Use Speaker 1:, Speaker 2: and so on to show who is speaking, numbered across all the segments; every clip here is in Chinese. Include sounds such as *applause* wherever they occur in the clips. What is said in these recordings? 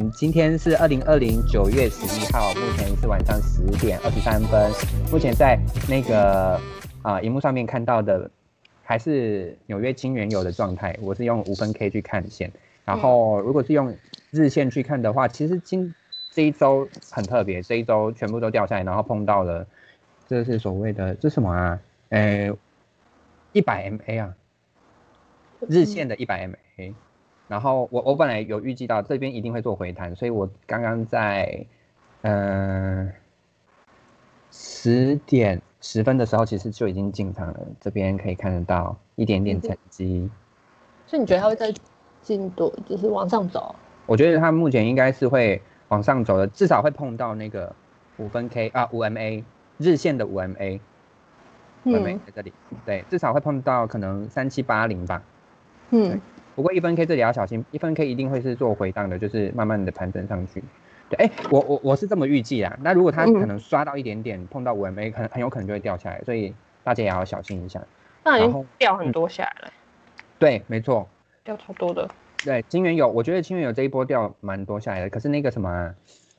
Speaker 1: 嗯，今天是二零二零九月十一号，目前是晚上十点二十三分。目前在那个啊、荧幕上面看到的还是纽约金原油的状态，我是用无分 K 去看线。然后如果是用日线去看的话，其实今这一周很特别，这一周全部都掉下来，然后碰到了这是所谓的这是什么啊？呃，一百 MA 啊，
Speaker 2: 嗯
Speaker 1: 日线的一百 MA。然后我我本来有预计到这边一定会做回弹，所以我刚刚在嗯十点十分的时候，其实就已经进场了。这边可以看得到一点点成绩，
Speaker 3: 所以你觉得它会再进多，就是往上走？
Speaker 1: 我觉得它目前应该是会往上走的，至少会碰到那个五分 K 啊五 MA 日线的五 MA 五 MA
Speaker 3: 嗯
Speaker 1: 在这里，对，至少会碰到可能三七八零吧。
Speaker 3: 嗯，
Speaker 1: 不过一分 K 这里要小心，一分 K 一定会是做回荡的，就是慢慢的攀升上去。对，哎、我我我是这么预计啦。那如果它
Speaker 3: 嗯
Speaker 1: 可能刷到一点点，碰到五 MA，很很有可能就会掉下来，所以大家也要小心一下。
Speaker 2: 那已
Speaker 1: 然后嗯
Speaker 2: 经掉很多下来了，
Speaker 1: 对，没错，
Speaker 2: 掉超多的。
Speaker 1: 对，金元有，我觉得金元有这一波掉蛮多下来的，可是那个什么啊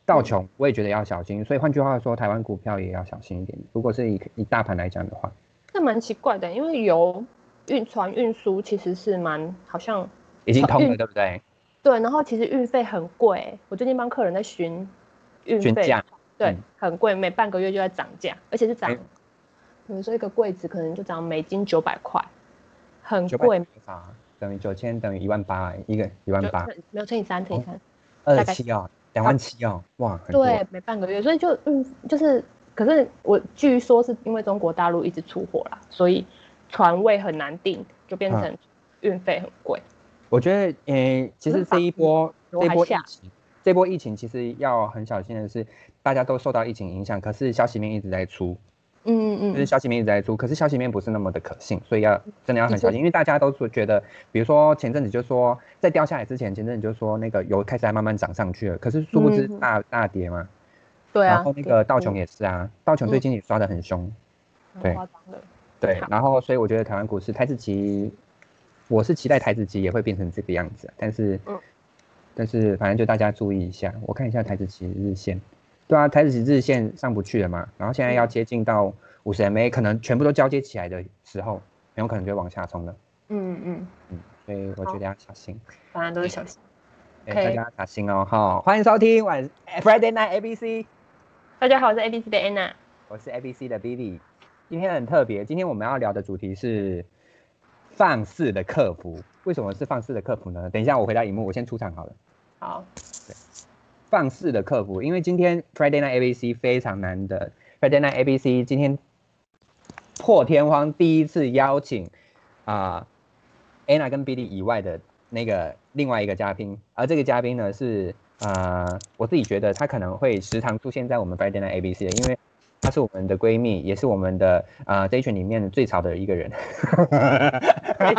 Speaker 1: 道琼，我也觉得要小心。所以换句话说，台湾股票也要小心一点。如果是以以大盘来讲的话，
Speaker 2: 那蛮奇怪的，因为油运船运输其实是蛮好像
Speaker 1: 已经通了，
Speaker 2: 嗯
Speaker 1: 对不对？
Speaker 2: 对，然后其实运费很贵，我最近帮客人在询运
Speaker 1: 均
Speaker 2: 费
Speaker 1: 价，
Speaker 2: 对，
Speaker 1: 嗯
Speaker 2: 很贵，每半个月就在涨价，而且是涨
Speaker 1: 哎，
Speaker 2: 比如说一个柜子可能就涨美金九百块，很
Speaker 1: 九百
Speaker 2: 贵，
Speaker 1: 啊，等于九千等于一万八，一个一万
Speaker 2: 就
Speaker 1: 八，
Speaker 2: 没有乘以三，乘以三，
Speaker 1: 二
Speaker 2: 大概
Speaker 1: 七哦，两万七哦，哇，很多
Speaker 2: 对，每半个月，所以就嗯，就是，可是我据说是因为中国大陆一直出货啦，所以船位很难定，就变
Speaker 1: 啊
Speaker 2: 成运费很贵。
Speaker 1: 我觉得，诶、其
Speaker 2: 可
Speaker 1: 实
Speaker 2: 是
Speaker 1: 这一波
Speaker 2: 法国
Speaker 1: 这一
Speaker 2: 还
Speaker 1: 波疫
Speaker 2: 下
Speaker 1: 情，这波疫情其实要很小心的是，大家都受到疫情影响，可是消息面一直在出，
Speaker 2: 嗯嗯
Speaker 1: 就是消息面一直在出，可是消息面不是那么的可信，所以要真的要很
Speaker 2: 的确
Speaker 1: 小心，因为大家都说觉得，比如说前阵子就说在掉下来之前，前阵子就说那个油开始在慢慢涨上去了，可是殊不知
Speaker 2: 嗯嗯
Speaker 1: 大、大跌嘛，
Speaker 2: 对啊，
Speaker 1: 然后那
Speaker 2: 对
Speaker 1: 个道
Speaker 2: 嗯
Speaker 1: 琼也是啊，道琼最近也刷的很凶，
Speaker 2: 蛮
Speaker 1: 对
Speaker 2: 夸张的。
Speaker 1: 对
Speaker 2: 好，
Speaker 1: 然后所以我觉得台湾股市台子期，我是期待台子期也会变成这个样子，啊但是，
Speaker 2: 嗯
Speaker 1: 但是反正就大家注意一下，我看一下台子期日线，对啊，台子期日线上不去了嘛，然后现在
Speaker 2: 嗯
Speaker 1: 要接近到五十 MA，可能全部都交接起来的时候，很有可能就往下冲了，
Speaker 2: 嗯嗯，
Speaker 1: 嗯，所以我觉得要小心，
Speaker 2: 反正都是小心。
Speaker 1: 对
Speaker 2: OK
Speaker 1: 大家要小心哦，哈，欢迎收听晚 Friday Night ABC，
Speaker 2: 大家好，我是 ABC 的 Anna。
Speaker 1: 我是 ABC 的 Vivi，今天很特别，今天我们要聊的主题是放肆的客服。为什么是放肆的客服呢？等一下我回到荧幕，我先出场好了。
Speaker 2: 好，
Speaker 1: 放肆的客服，因为今天 Friday Night ABC 非常难得，Friday Night ABC 今天破天荒第一次邀请啊、Anna 跟 Billy 以外的那个另外一个嘉宾，而这个嘉宾呢是呃我自己觉得她可能会时常出现在我们 Friday Night ABC 的，因为她是我们的闺蜜，也是我们的呃这一群里面最潮的一个人。哎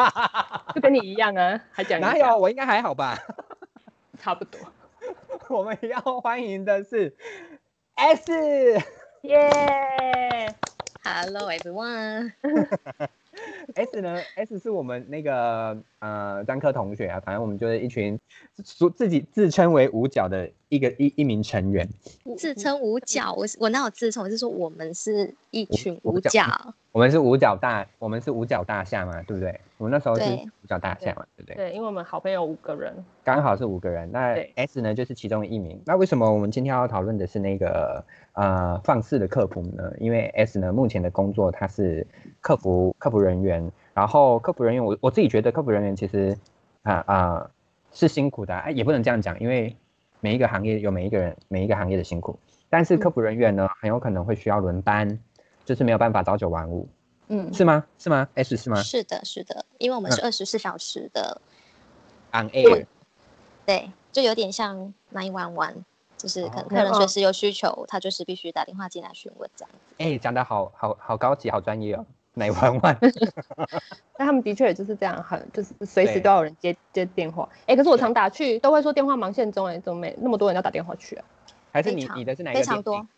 Speaker 2: 就跟你一样啊，还讲一
Speaker 1: 哪
Speaker 2: 下
Speaker 1: 有？我应该还好吧。
Speaker 2: 差不多。
Speaker 1: 我们要欢迎的是 S。
Speaker 2: 耶、
Speaker 3: Hello everyone，
Speaker 1: S 呢？S 是我们那个呃专科同学啊，反正我们就是一群自自己自称为五角的一个一一名成员。
Speaker 3: 自称五角，我是我哪有自称？我是说我们是一
Speaker 1: 我
Speaker 3: 群
Speaker 1: 我
Speaker 3: 五
Speaker 1: 讲
Speaker 3: 角，
Speaker 1: 我们是五角大，我们是五角大厦嘛，对不对？我们那时候是
Speaker 3: 对
Speaker 1: 五角大厦嘛，对不对？
Speaker 2: 对，因为我们好朋友五个人，
Speaker 1: 刚好是五个人，那
Speaker 2: 对
Speaker 1: S 呢就是其中一名。那为什么我们今天要讨论的是那个呃放肆的客服呢？因为 S 呢目前的工作他是客服客服人员，然后客服人员我我自己觉得客服人员其实啊啊、是辛苦的啊、哎也不能这样讲，因为每一个行业有每一个人每一个行业的辛苦，但是客服人员呢很有可能会需要轮班，就是没有办法朝九晚五，
Speaker 2: 嗯，
Speaker 1: 是吗？是吗？S 是吗
Speaker 3: 是的，是的，因为我们是二十四小时的，
Speaker 1: ？On air。
Speaker 3: 对，就有点像 nine one one，就是可能
Speaker 1: 哦
Speaker 3: 客人随
Speaker 2: 哦
Speaker 3: 时有需求，他就是必须打电话进来询问这样子。
Speaker 1: 哎、讲的好好好高级，好专业哦，奶玩玩。
Speaker 2: 那他们的确也就是这样，很就是随时
Speaker 1: 对
Speaker 2: 都有人接接电话。哎、可是我
Speaker 1: 对
Speaker 2: 常打去，都会说电话忙线中、哎，怎么没那么多人要打电话去啊？
Speaker 1: 还是
Speaker 3: 非
Speaker 1: 你
Speaker 3: 常
Speaker 1: 你的是哪一个
Speaker 3: 非常
Speaker 1: 店
Speaker 3: 多
Speaker 1: 名？，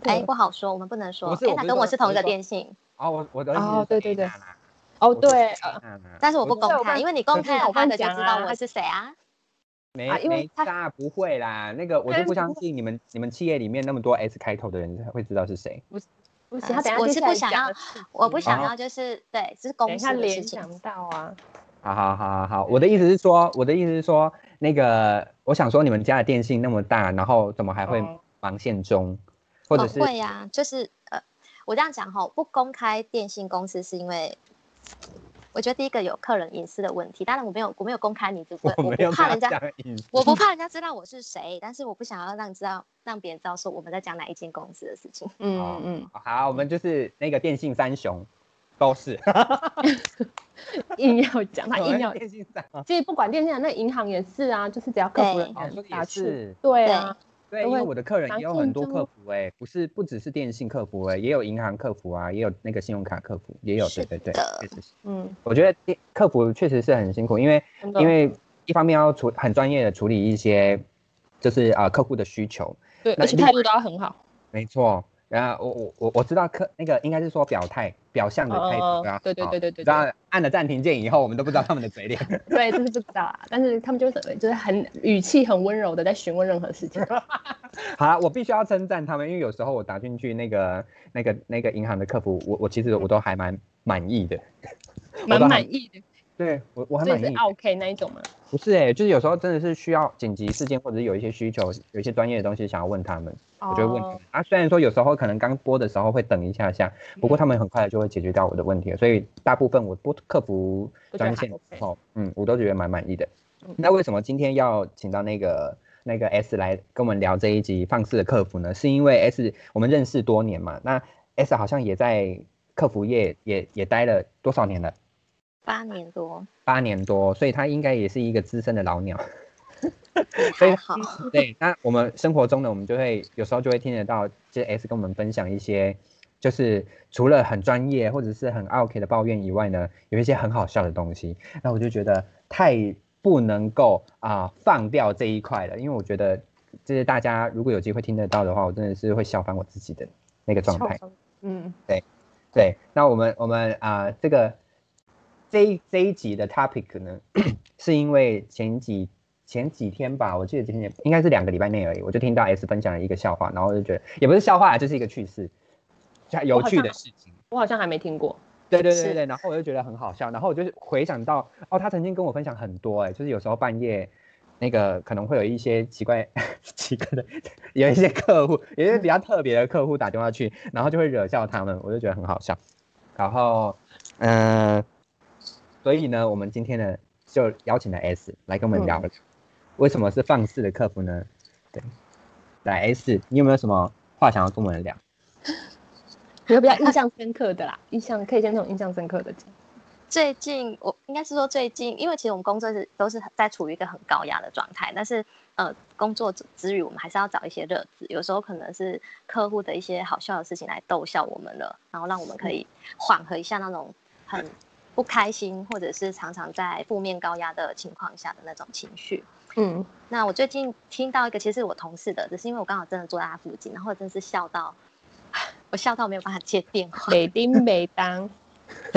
Speaker 2: 真的
Speaker 3: 哎，不好说，我们不能说。
Speaker 1: 不是
Speaker 3: 哎
Speaker 1: 我，
Speaker 3: 那
Speaker 1: 不是
Speaker 3: 跟我
Speaker 1: 说
Speaker 3: 是同一
Speaker 1: 我是
Speaker 3: 个
Speaker 1: 说
Speaker 3: 电信，
Speaker 1: 哦，我我的意思
Speaker 2: 哦
Speaker 1: 是
Speaker 2: 对
Speaker 1: 这
Speaker 2: 对
Speaker 1: 一
Speaker 2: 对
Speaker 1: 大啦
Speaker 2: 哦，对，
Speaker 1: 我是
Speaker 2: 呃
Speaker 1: 这一大啦
Speaker 3: 但是我不
Speaker 2: 不
Speaker 3: 公
Speaker 2: 是我
Speaker 3: 开，
Speaker 2: 跟
Speaker 3: 因为你公
Speaker 1: 可是
Speaker 3: 开
Speaker 2: 我
Speaker 3: 的话，
Speaker 2: 跟
Speaker 3: 他
Speaker 2: 你
Speaker 3: 就
Speaker 2: 讲
Speaker 3: 知道
Speaker 2: 啊
Speaker 3: 我是谁啊。
Speaker 1: 没、
Speaker 2: 啊因为
Speaker 1: 没
Speaker 2: 他
Speaker 1: 大不会啦，那个我就不相信你们你们企业里面那么多 S 开头的人会知道是谁。
Speaker 2: 不是，
Speaker 3: 呃
Speaker 2: 他等一下
Speaker 3: 我
Speaker 2: 接下
Speaker 3: 是
Speaker 2: 来
Speaker 3: 不想
Speaker 2: 讲
Speaker 3: 要
Speaker 2: 的事情啊
Speaker 3: 我不想
Speaker 1: 哦
Speaker 3: 要，就是、对，这是
Speaker 2: 等一
Speaker 3: 公司
Speaker 2: 下
Speaker 3: 的
Speaker 2: 联
Speaker 3: 事情。
Speaker 2: 想到啊，
Speaker 1: 好好好好好，我的意思是说，我的意思是说，那个我想说，你们家的电信那么大，然后怎么还会
Speaker 2: 哦
Speaker 1: 忙线中，或者是、
Speaker 3: 哦、会呀、就是呃，我这样讲吼，不公开电信公司是因为，我觉得第一个有个人隐私的问题，当然我没有我没有公开你这个，
Speaker 1: *laughs* 我
Speaker 3: 我
Speaker 1: 没
Speaker 3: 不
Speaker 1: 有
Speaker 3: 怕
Speaker 1: 跟
Speaker 3: 人
Speaker 1: 他
Speaker 3: 家，
Speaker 1: 讲隐私
Speaker 3: 我不怕人家知道我是谁，但是我不想要让知道让别人知道说我们在讲哪一间公司的事情。
Speaker 1: 哦
Speaker 2: 嗯嗯，
Speaker 1: 好，我们就是那个电信三雄，都是
Speaker 2: 硬要讲，他硬要。
Speaker 1: *laughs* 电信三雄，
Speaker 2: 其实不管电信啊，那银行也是啊，就是只要客服人
Speaker 1: 哦说
Speaker 2: 员
Speaker 1: 得
Speaker 2: 打
Speaker 1: 也
Speaker 2: 去，
Speaker 1: 是，
Speaker 2: 对啊，
Speaker 1: 对，
Speaker 2: 都
Speaker 1: 因
Speaker 2: 会
Speaker 1: 为我的客人
Speaker 2: 常
Speaker 1: 也有
Speaker 2: 见
Speaker 1: 很多
Speaker 2: 中
Speaker 1: 客服哎、不是不只是电信客服哎、也有银行客服啊，也有那个信用卡客服，也有，对
Speaker 3: 是
Speaker 1: 对对，
Speaker 3: 的
Speaker 1: 确实是。
Speaker 2: 嗯，
Speaker 1: 我觉得电客服确实是很辛苦，因为
Speaker 2: 真的
Speaker 1: 因为一方面要处很专业的处理一些就是啊、呃客户的需求，
Speaker 2: 对，
Speaker 1: 那
Speaker 2: 而且
Speaker 1: 另
Speaker 2: 态度都要很好。
Speaker 1: 没错。然后我我我我知道客那个应该是说表态表象的态
Speaker 2: 哦
Speaker 1: 度啊，
Speaker 2: 对对对对对对
Speaker 1: 然后按了暂停键以后，我们都不知道他们的嘴脸。 *laughs*
Speaker 2: 对，这是不知道啊，但是他们就是就是很语气很温柔的在询问任何
Speaker 1: *laughs*
Speaker 2: 事情。
Speaker 1: 好啦，我必须要称赞他们，因为有时候我打进去那个、那个、那个银行的客服，我我其实我都还蛮满意的，
Speaker 2: 蛮
Speaker 1: 我都还
Speaker 2: 满意的，
Speaker 1: 对我我很
Speaker 2: 所以啊
Speaker 1: 满
Speaker 2: 是
Speaker 1: 意。
Speaker 2: OK 那一种嘛。
Speaker 1: 不是哎、就是有时候真的是需要紧急事件，或者是有一些需求，有一些专业的东西想要问他们，我就会问他们、
Speaker 2: 哦，
Speaker 1: 啊。虽然说有时候可能刚播的时候会等一下下，不
Speaker 2: 嗯
Speaker 1: 过他们很快就会解决掉我的问题了，所以大部分我播客服专线的时
Speaker 3: 哦
Speaker 1: 候，嗯，我都觉得蛮满意的。
Speaker 2: 嗯
Speaker 1: 那为什么今天要请到那个那个 S 来跟我们聊这一集放肆的客服呢？是因为 S 我们认识多年嘛，那 S 好像也在客服业也也待了多少年了？
Speaker 3: 八
Speaker 1: *laughs*
Speaker 3: 年多，
Speaker 1: 八年多，所以他应该也是一个资深的老鸟。所以
Speaker 3: 还好，
Speaker 1: 对，那我们生活中呢，我们就会有时候就会听得到，就是 S 跟我们分享一些，就是除了很专业或者是很 OK 的抱怨以外呢，有一些很好笑的东西。那我就觉得太不能够啊、放掉这一块了，因为我觉得就是大家如果有机会听得到的话，我真的是会笑翻我自己的那个状态。
Speaker 2: 嗯，
Speaker 1: 对，那我们我们啊、这个这一这一集的 topic 呢， *clears throat* 是因为前几前几天吧，我记得前几天应该是两个礼拜内而已，我就听到 S 分享了一个笑话，然后我就觉得也不是笑话啊，就是一个趣事，有趣的事情。
Speaker 2: 我好像还没听
Speaker 3: *laughs*
Speaker 2: 过。
Speaker 1: 对对对
Speaker 3: 是
Speaker 1: 对对，然后我就觉得很好笑，然后我就回想到，哦，他曾经跟我分享很多、哎，就是有时候半夜那个可能会有一些奇怪 *laughs* 奇怪的，有一些客户，有一些比较特别的客户打电话去，然后就会惹笑他们，我就觉得很好笑。然后，嗯、所以呢，我们今天呢就邀请了 S 来跟我们聊聊，为什么是放肆的客服呢？对，来 S，你有没有什么话想要跟我们聊？ *laughs*
Speaker 2: 有比较印象深刻的啦，印象可以先从印象深刻的讲。
Speaker 3: 最近我应该是说最近，因为其实我们工作是都是在处于一个很高压的状态，但是呃，工作之之余我们还是要找一些乐子，有时候可能是客户的一些好笑的事情来逗笑我们了，然后让我们可以缓和一下那种很不开心或者是常常在负面高压的情况下的那种情绪。
Speaker 2: 嗯，
Speaker 3: 那我最近听到一个，其实是我同事的，只是因为我刚好真的坐在他附近，然后我真的是笑到， *laughs* 我笑到没有办法接电话。
Speaker 2: 北丁北当， *laughs*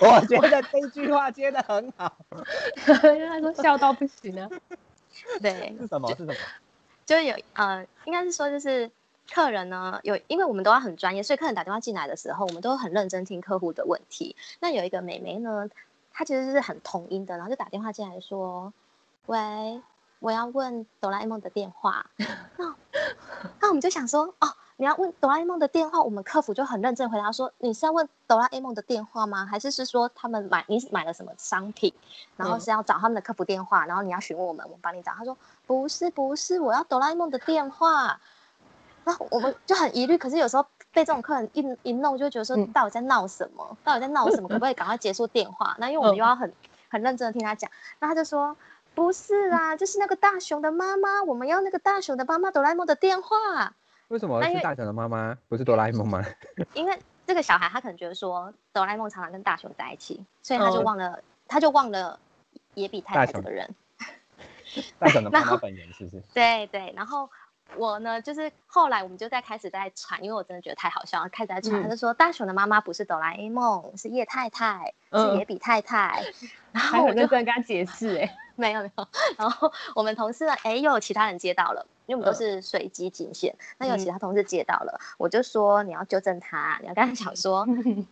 Speaker 1: 我觉得这句话接的很好，
Speaker 2: 他说笑到不行啊。
Speaker 3: 对，
Speaker 1: 是什么？是什么？
Speaker 3: 就是有呃，应该是说就是客人呢有，因为我们都要很专业，所以客人打电话进来的时候，我们都很认真听客户的问题。那有一个美眉呢，她其实是很同音的，然后就打电话进来说：“喂，我要问哆啦 A 梦的电话。 *laughs* 那”那我们就想说，哦，你要问哆啦 A 梦的电话，我们客服就很认真回答说：“你是要问哆啦 A 梦的电话吗？还是是说他们买你买了什么商品，然后
Speaker 2: 嗯
Speaker 3: 是要找他们的客服电话，然后你要询问我们，我们帮你找。”他说：“不是不是，我要哆啦 A 梦的电话。”那我们就很疑虑，可是有时候被这种客人一一弄，就会觉得说
Speaker 2: 嗯
Speaker 3: 到底在闹什么？到底在闹什么？可不可以赶快结束电话？那因为我们
Speaker 2: 嗯
Speaker 3: 又要很很认真的听他讲，那他就说不是啦，就是那个大雄的妈妈，我们要那个大雄的妈妈哆啦 A 梦的电话，
Speaker 1: 为
Speaker 3: *laughs*
Speaker 1: 什么
Speaker 3: 那因
Speaker 1: 是
Speaker 3: 为
Speaker 1: 大雄的妈妈，不是哆啦 A 梦吗？
Speaker 3: 因为这个小孩他可能觉得说哆啦 A 梦常常跟大雄在一起，所以他就
Speaker 2: 嗯
Speaker 3: 忘了，他就忘了野比太
Speaker 1: 大
Speaker 3: 太这
Speaker 1: 雄
Speaker 3: 个人。
Speaker 1: 大雄的妈
Speaker 3: 然
Speaker 1: 妈
Speaker 3: 后
Speaker 1: 本人是不是？
Speaker 3: 对对，然后我呢，就是后来我们就在开始在传，因为我真的觉得太好笑了，开始在传，他
Speaker 2: 嗯
Speaker 3: 就说大雄的妈妈不是哆啦 A 梦，是叶太太，是
Speaker 2: 嗯
Speaker 3: 野比太太。然 *laughs*
Speaker 2: 还
Speaker 3: 后我
Speaker 2: 很
Speaker 3: 就
Speaker 2: *laughs* 认
Speaker 3: *laughs*
Speaker 2: 真地跟他解释哎、
Speaker 3: 没有没有。然后我们同事呢，哎，又有其他人接到了，因为我
Speaker 2: 嗯
Speaker 3: 们都是随机进线，那有其他同事接到了，我就说你要纠正他，你要跟他讲说，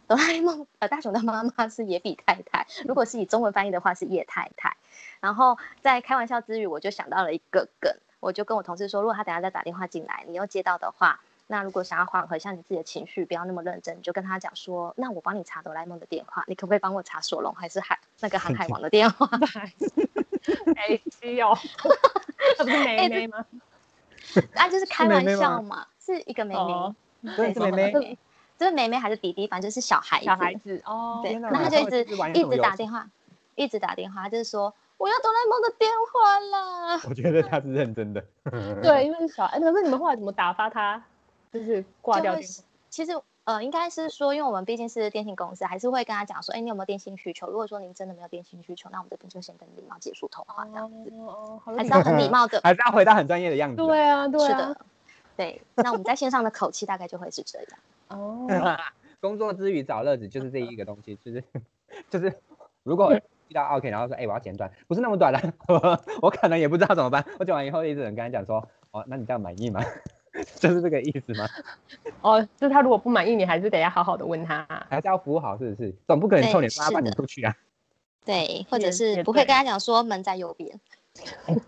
Speaker 3: 哆啦 A 梦呃大雄的妈妈是野比太太，如果是以中文翻译的话是叶太太。然后在开玩笑之余，我就想到了一个梗，我就跟我同事说，如果他等下再打电话进来，你又接到的话。那如果想要缓和一下你自己的情绪，不要那么认真，你就跟他讲说：“那我帮你查哆啦 A 梦的电话，你可不可以帮我查索隆还是海那个航海王的电话？” *laughs*
Speaker 2: 哎，基
Speaker 3: 哦
Speaker 2: 友， *laughs* 他不是
Speaker 3: 哎
Speaker 2: 梅
Speaker 3: 这
Speaker 2: 梅吗？
Speaker 3: 啊，就是开玩
Speaker 1: 妹妹吗
Speaker 3: 笑嘛，是一个妹
Speaker 2: 哦
Speaker 3: 妹，
Speaker 1: 所以是妹妹
Speaker 3: 什么妹，就是妹妹还是弟弟，反正就是小孩子。
Speaker 2: 小孩子哦，
Speaker 3: 哎对，
Speaker 1: 天哪
Speaker 3: 那他
Speaker 1: 我还以
Speaker 3: 就一
Speaker 1: 为
Speaker 3: 直
Speaker 1: 是玩
Speaker 3: 一
Speaker 1: 什么
Speaker 3: 直
Speaker 1: 游
Speaker 3: 打
Speaker 1: 戏
Speaker 3: 电话，一直打电话，就是说我要哆啦 A 梦的电话啦。
Speaker 1: 我觉得他是认真的。
Speaker 2: 对，因为是小孩。哎可是你们后来怎么打发他？就是挂
Speaker 3: 就
Speaker 2: 掉
Speaker 3: 会
Speaker 2: 电话
Speaker 3: 是。其实呃，应该是说，因为我们毕竟是电信公司，还是会跟他讲说，哎，你有没有电信需求？如果说您真的没有电信需求，那我们这边就先跟礼貌结束通话，这样子，
Speaker 2: 哦，好
Speaker 3: 还是
Speaker 2: 厉害
Speaker 3: 要很礼貌的。
Speaker 1: *laughs* 还是要回到很专业的样子。
Speaker 2: 对啊，对
Speaker 3: 是
Speaker 2: 啊
Speaker 3: 的，，对。那我们在线上的口气大概就会是这样。
Speaker 1: *laughs*
Speaker 2: 哦，
Speaker 1: 工作之余找乐子就是这一个东西，就是就是如果遇到 OK，然后说哎、我要剪短，不是那么短的，我可能也不知道怎么办。我剪完以后一直很跟他讲说，哦，那你这样满意吗？ *laughs* 就是这个意思吗？
Speaker 2: 哦，就是他如果不满意，你还是得要好好的问他。
Speaker 1: 还是要服务好，是不是？总不可能
Speaker 3: 对
Speaker 1: 臭脸巴
Speaker 3: 是
Speaker 1: 巴你
Speaker 3: 的
Speaker 1: 出去啊！
Speaker 3: 对，或者
Speaker 2: 也
Speaker 3: 是
Speaker 2: 也
Speaker 3: 不会
Speaker 2: 对
Speaker 3: 跟他讲说门在右边。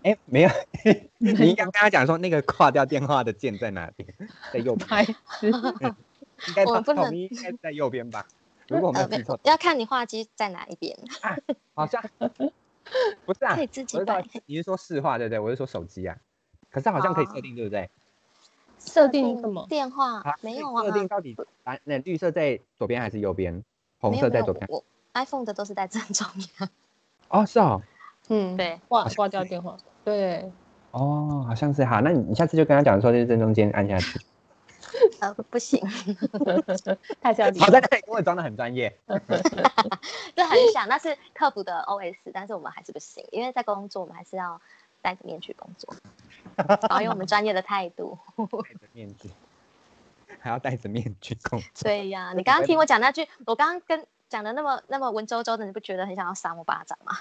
Speaker 1: 哎、没
Speaker 3: *laughs*
Speaker 1: 有，
Speaker 3: 嗯
Speaker 2: *laughs*
Speaker 1: 你应该跟他讲说那个挂掉电话的键在哪里，
Speaker 3: *laughs*
Speaker 1: 在右边，
Speaker 2: 白痴，
Speaker 1: *laughs* 应该
Speaker 3: 我
Speaker 1: 统
Speaker 3: 不能
Speaker 1: 统一应该是在右边
Speaker 3: *laughs*
Speaker 1: 吧？如果我没有
Speaker 3: 呃，没
Speaker 1: 记错
Speaker 3: 有，，要看你画机在哪一边，
Speaker 1: 好像 *laughs* 不是啊
Speaker 3: 可，以自己
Speaker 1: 我是
Speaker 3: 摆
Speaker 1: 说。你是说市话对不对？我是说手机啊，可是好像可以设
Speaker 3: 哦
Speaker 1: 定对不对？
Speaker 2: 设定什么？
Speaker 3: 电话
Speaker 1: 啊
Speaker 3: 没
Speaker 1: 所以
Speaker 3: 有啊
Speaker 1: 设？定到底蓝那绿色在左边还是右边？红
Speaker 3: 没有
Speaker 1: 色
Speaker 3: 没
Speaker 1: 在
Speaker 3: 有
Speaker 1: 左边？
Speaker 3: 我 iPhone 的都是在正中央。
Speaker 1: 哦，是哦，
Speaker 2: *laughs* 嗯，，
Speaker 3: 对，
Speaker 2: 挂
Speaker 1: 好像
Speaker 2: 挂掉电话。对，
Speaker 1: 哦，好像是好。那你你下次就跟他讲说，就是正中间按下去。
Speaker 3: *laughs* 呃，不行，
Speaker 2: 太小姐
Speaker 1: 好，在那里给我装的很专业。
Speaker 3: 这很想，那是客服的 OS，但是我们还是不行，因为在工作，我们还是要戴着面具工
Speaker 1: *laughs*
Speaker 3: 作，保有我们专业的态度。
Speaker 1: 戴着面具，还要戴着面具控制。
Speaker 3: 对呀、你刚刚听我讲那句，我刚刚跟讲的那么那么文绉绉的，你不觉得很想要扇我巴掌吗？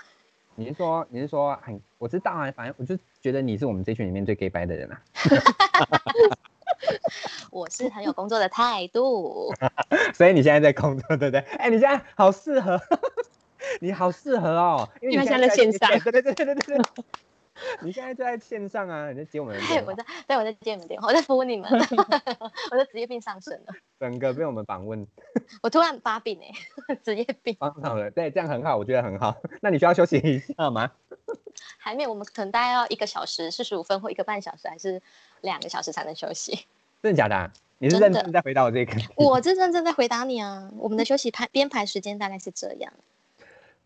Speaker 1: 你是说你是说很？我知道啊，反正我就觉得你是我们这群里面最 gay 白的人啊。
Speaker 3: 我是很有工作的态
Speaker 1: *laughs*
Speaker 3: 度。
Speaker 1: 所以你现在在工作，对不对？哎，你现在好适合， *laughs* 你好适合哦，因
Speaker 2: 因为
Speaker 1: 你
Speaker 2: 现在在线
Speaker 1: 接电对
Speaker 2: 上
Speaker 1: 对对对对对对。你现在就在线上啊，你在接我们的
Speaker 3: 对，
Speaker 1: 电话
Speaker 3: 我在，对，我在接你们电话，我在服务你们，我的 *laughs* 职业病上升了，
Speaker 1: 整个被我们访问。
Speaker 3: 我突然发病哎、 *laughs* 职业病。
Speaker 1: 帮好了，对，这样很好，我觉得很好。 *laughs* 那你需要休息一下吗？
Speaker 3: 还没有，我们可能大概要一个小时四十五分或一个半小时，还是两个小时才能休
Speaker 1: *laughs*
Speaker 3: 息。
Speaker 1: 真的假的啊、你是
Speaker 3: 真
Speaker 1: 认
Speaker 3: 的
Speaker 1: 真在回答我这个问题？
Speaker 3: 我这认真在回答你啊，我们的休息排编排时间大概是这
Speaker 1: *laughs*
Speaker 3: 样，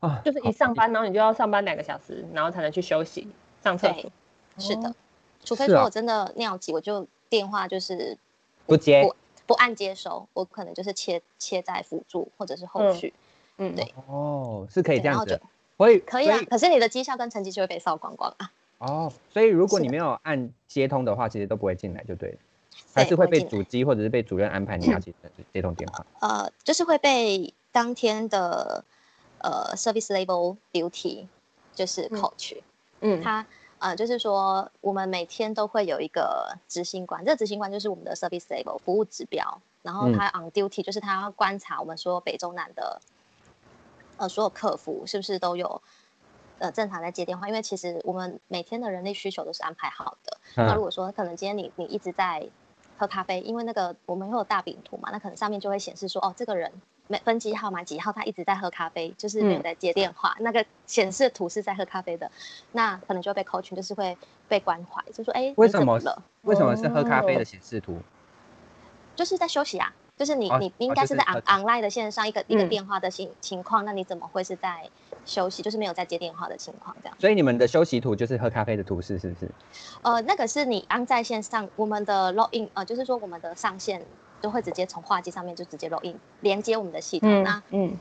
Speaker 1: 啊
Speaker 2: 就是一上班，然后你就要上班两个小时，然后才能去休息、上厕所
Speaker 3: 对。是的，除非
Speaker 1: 是
Speaker 3: 说
Speaker 1: 啊
Speaker 3: 我真的尿急，我就电话就是
Speaker 1: 不接
Speaker 3: 我不按接收，我可能就是切切在辅助或者是后
Speaker 2: 嗯
Speaker 3: 续，
Speaker 2: 嗯，
Speaker 3: 对
Speaker 1: 哦，是可以
Speaker 3: 对
Speaker 1: 这
Speaker 3: 然
Speaker 1: 样
Speaker 3: 后
Speaker 1: 子
Speaker 3: 就，
Speaker 1: 所以
Speaker 3: 可以啊
Speaker 1: 所。
Speaker 3: 可是你的绩效跟成绩就会被扫光光啊，
Speaker 1: 哦，所以如果
Speaker 3: 是
Speaker 1: 你没有按接通的话，其实都不会进来，就对了，
Speaker 3: 对
Speaker 1: 还是会被
Speaker 3: 不进来
Speaker 1: 主机或者是被主任安排你要接接通电话。
Speaker 3: 呃，就是会被当天的呃 service level duty 就是
Speaker 2: 嗯
Speaker 3: coach、
Speaker 2: 嗯，
Speaker 3: 他呃，就是说我们每天都会有一个执行官，这个执行官就是我们的 service level 服务指标，然后
Speaker 1: 嗯
Speaker 3: 他 on duty 就是他要观察我们所有北中南的呃所有客服是不是都有。呃，正常在接电话，因为其实我们每天的人力需求都是安排好的。那
Speaker 1: 嗯，
Speaker 3: 如果说可能今天你你一直在喝咖啡，因为那个我们会有大饼图嘛，那可能上面就会显示说，哦，这个人每分几号嘛几号他一直在喝咖啡，就是没有
Speaker 2: 嗯
Speaker 3: 在接电话，那个显示的图是在喝咖啡的，那可能就会被 coach 就是会被关怀，就说，哎，你
Speaker 1: 为什
Speaker 3: 怎
Speaker 1: 么
Speaker 3: 了？
Speaker 1: 为什么是喝咖啡的
Speaker 2: 哦
Speaker 1: 显示图？
Speaker 3: 就是在休息啊。就是你
Speaker 1: 哦，
Speaker 3: 你应
Speaker 1: 哦
Speaker 3: 该
Speaker 1: 就是是
Speaker 3: 在 on
Speaker 1: 呃
Speaker 3: online 的线上一个一个
Speaker 2: 嗯
Speaker 3: 电话的情情况，那你怎么会是在休息，就是没有在接电话的情况这样？
Speaker 1: 所以你们的休息图就是喝咖啡的图示，是不是？
Speaker 3: 呃，那个是你安在线上，我们的 login 呃，就是说我们的上线就会直接从话机上面就直接 login 连接我们的系统。
Speaker 2: 嗯
Speaker 3: 那
Speaker 2: 嗯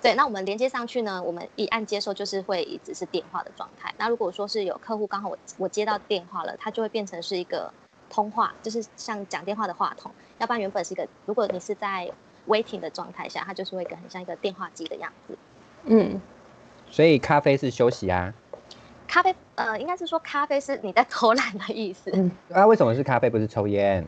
Speaker 3: 对，那我们连接上去呢，我们一按接收就是会一直是电话的状态。那如果说是有客户刚好我我接到电话了，它就会变成是一个通话，就是像讲电话的话筒，要不然原本是一个，如果你是在 waiting 的状态下，它就是会一个很像一个电话机的样子。
Speaker 2: 嗯，
Speaker 1: 所以咖啡是休息啊，
Speaker 3: 咖啡，呃，应该是说咖啡是你在偷懒的意思。
Speaker 2: 嗯
Speaker 1: 啊，为什么是咖啡不是抽烟？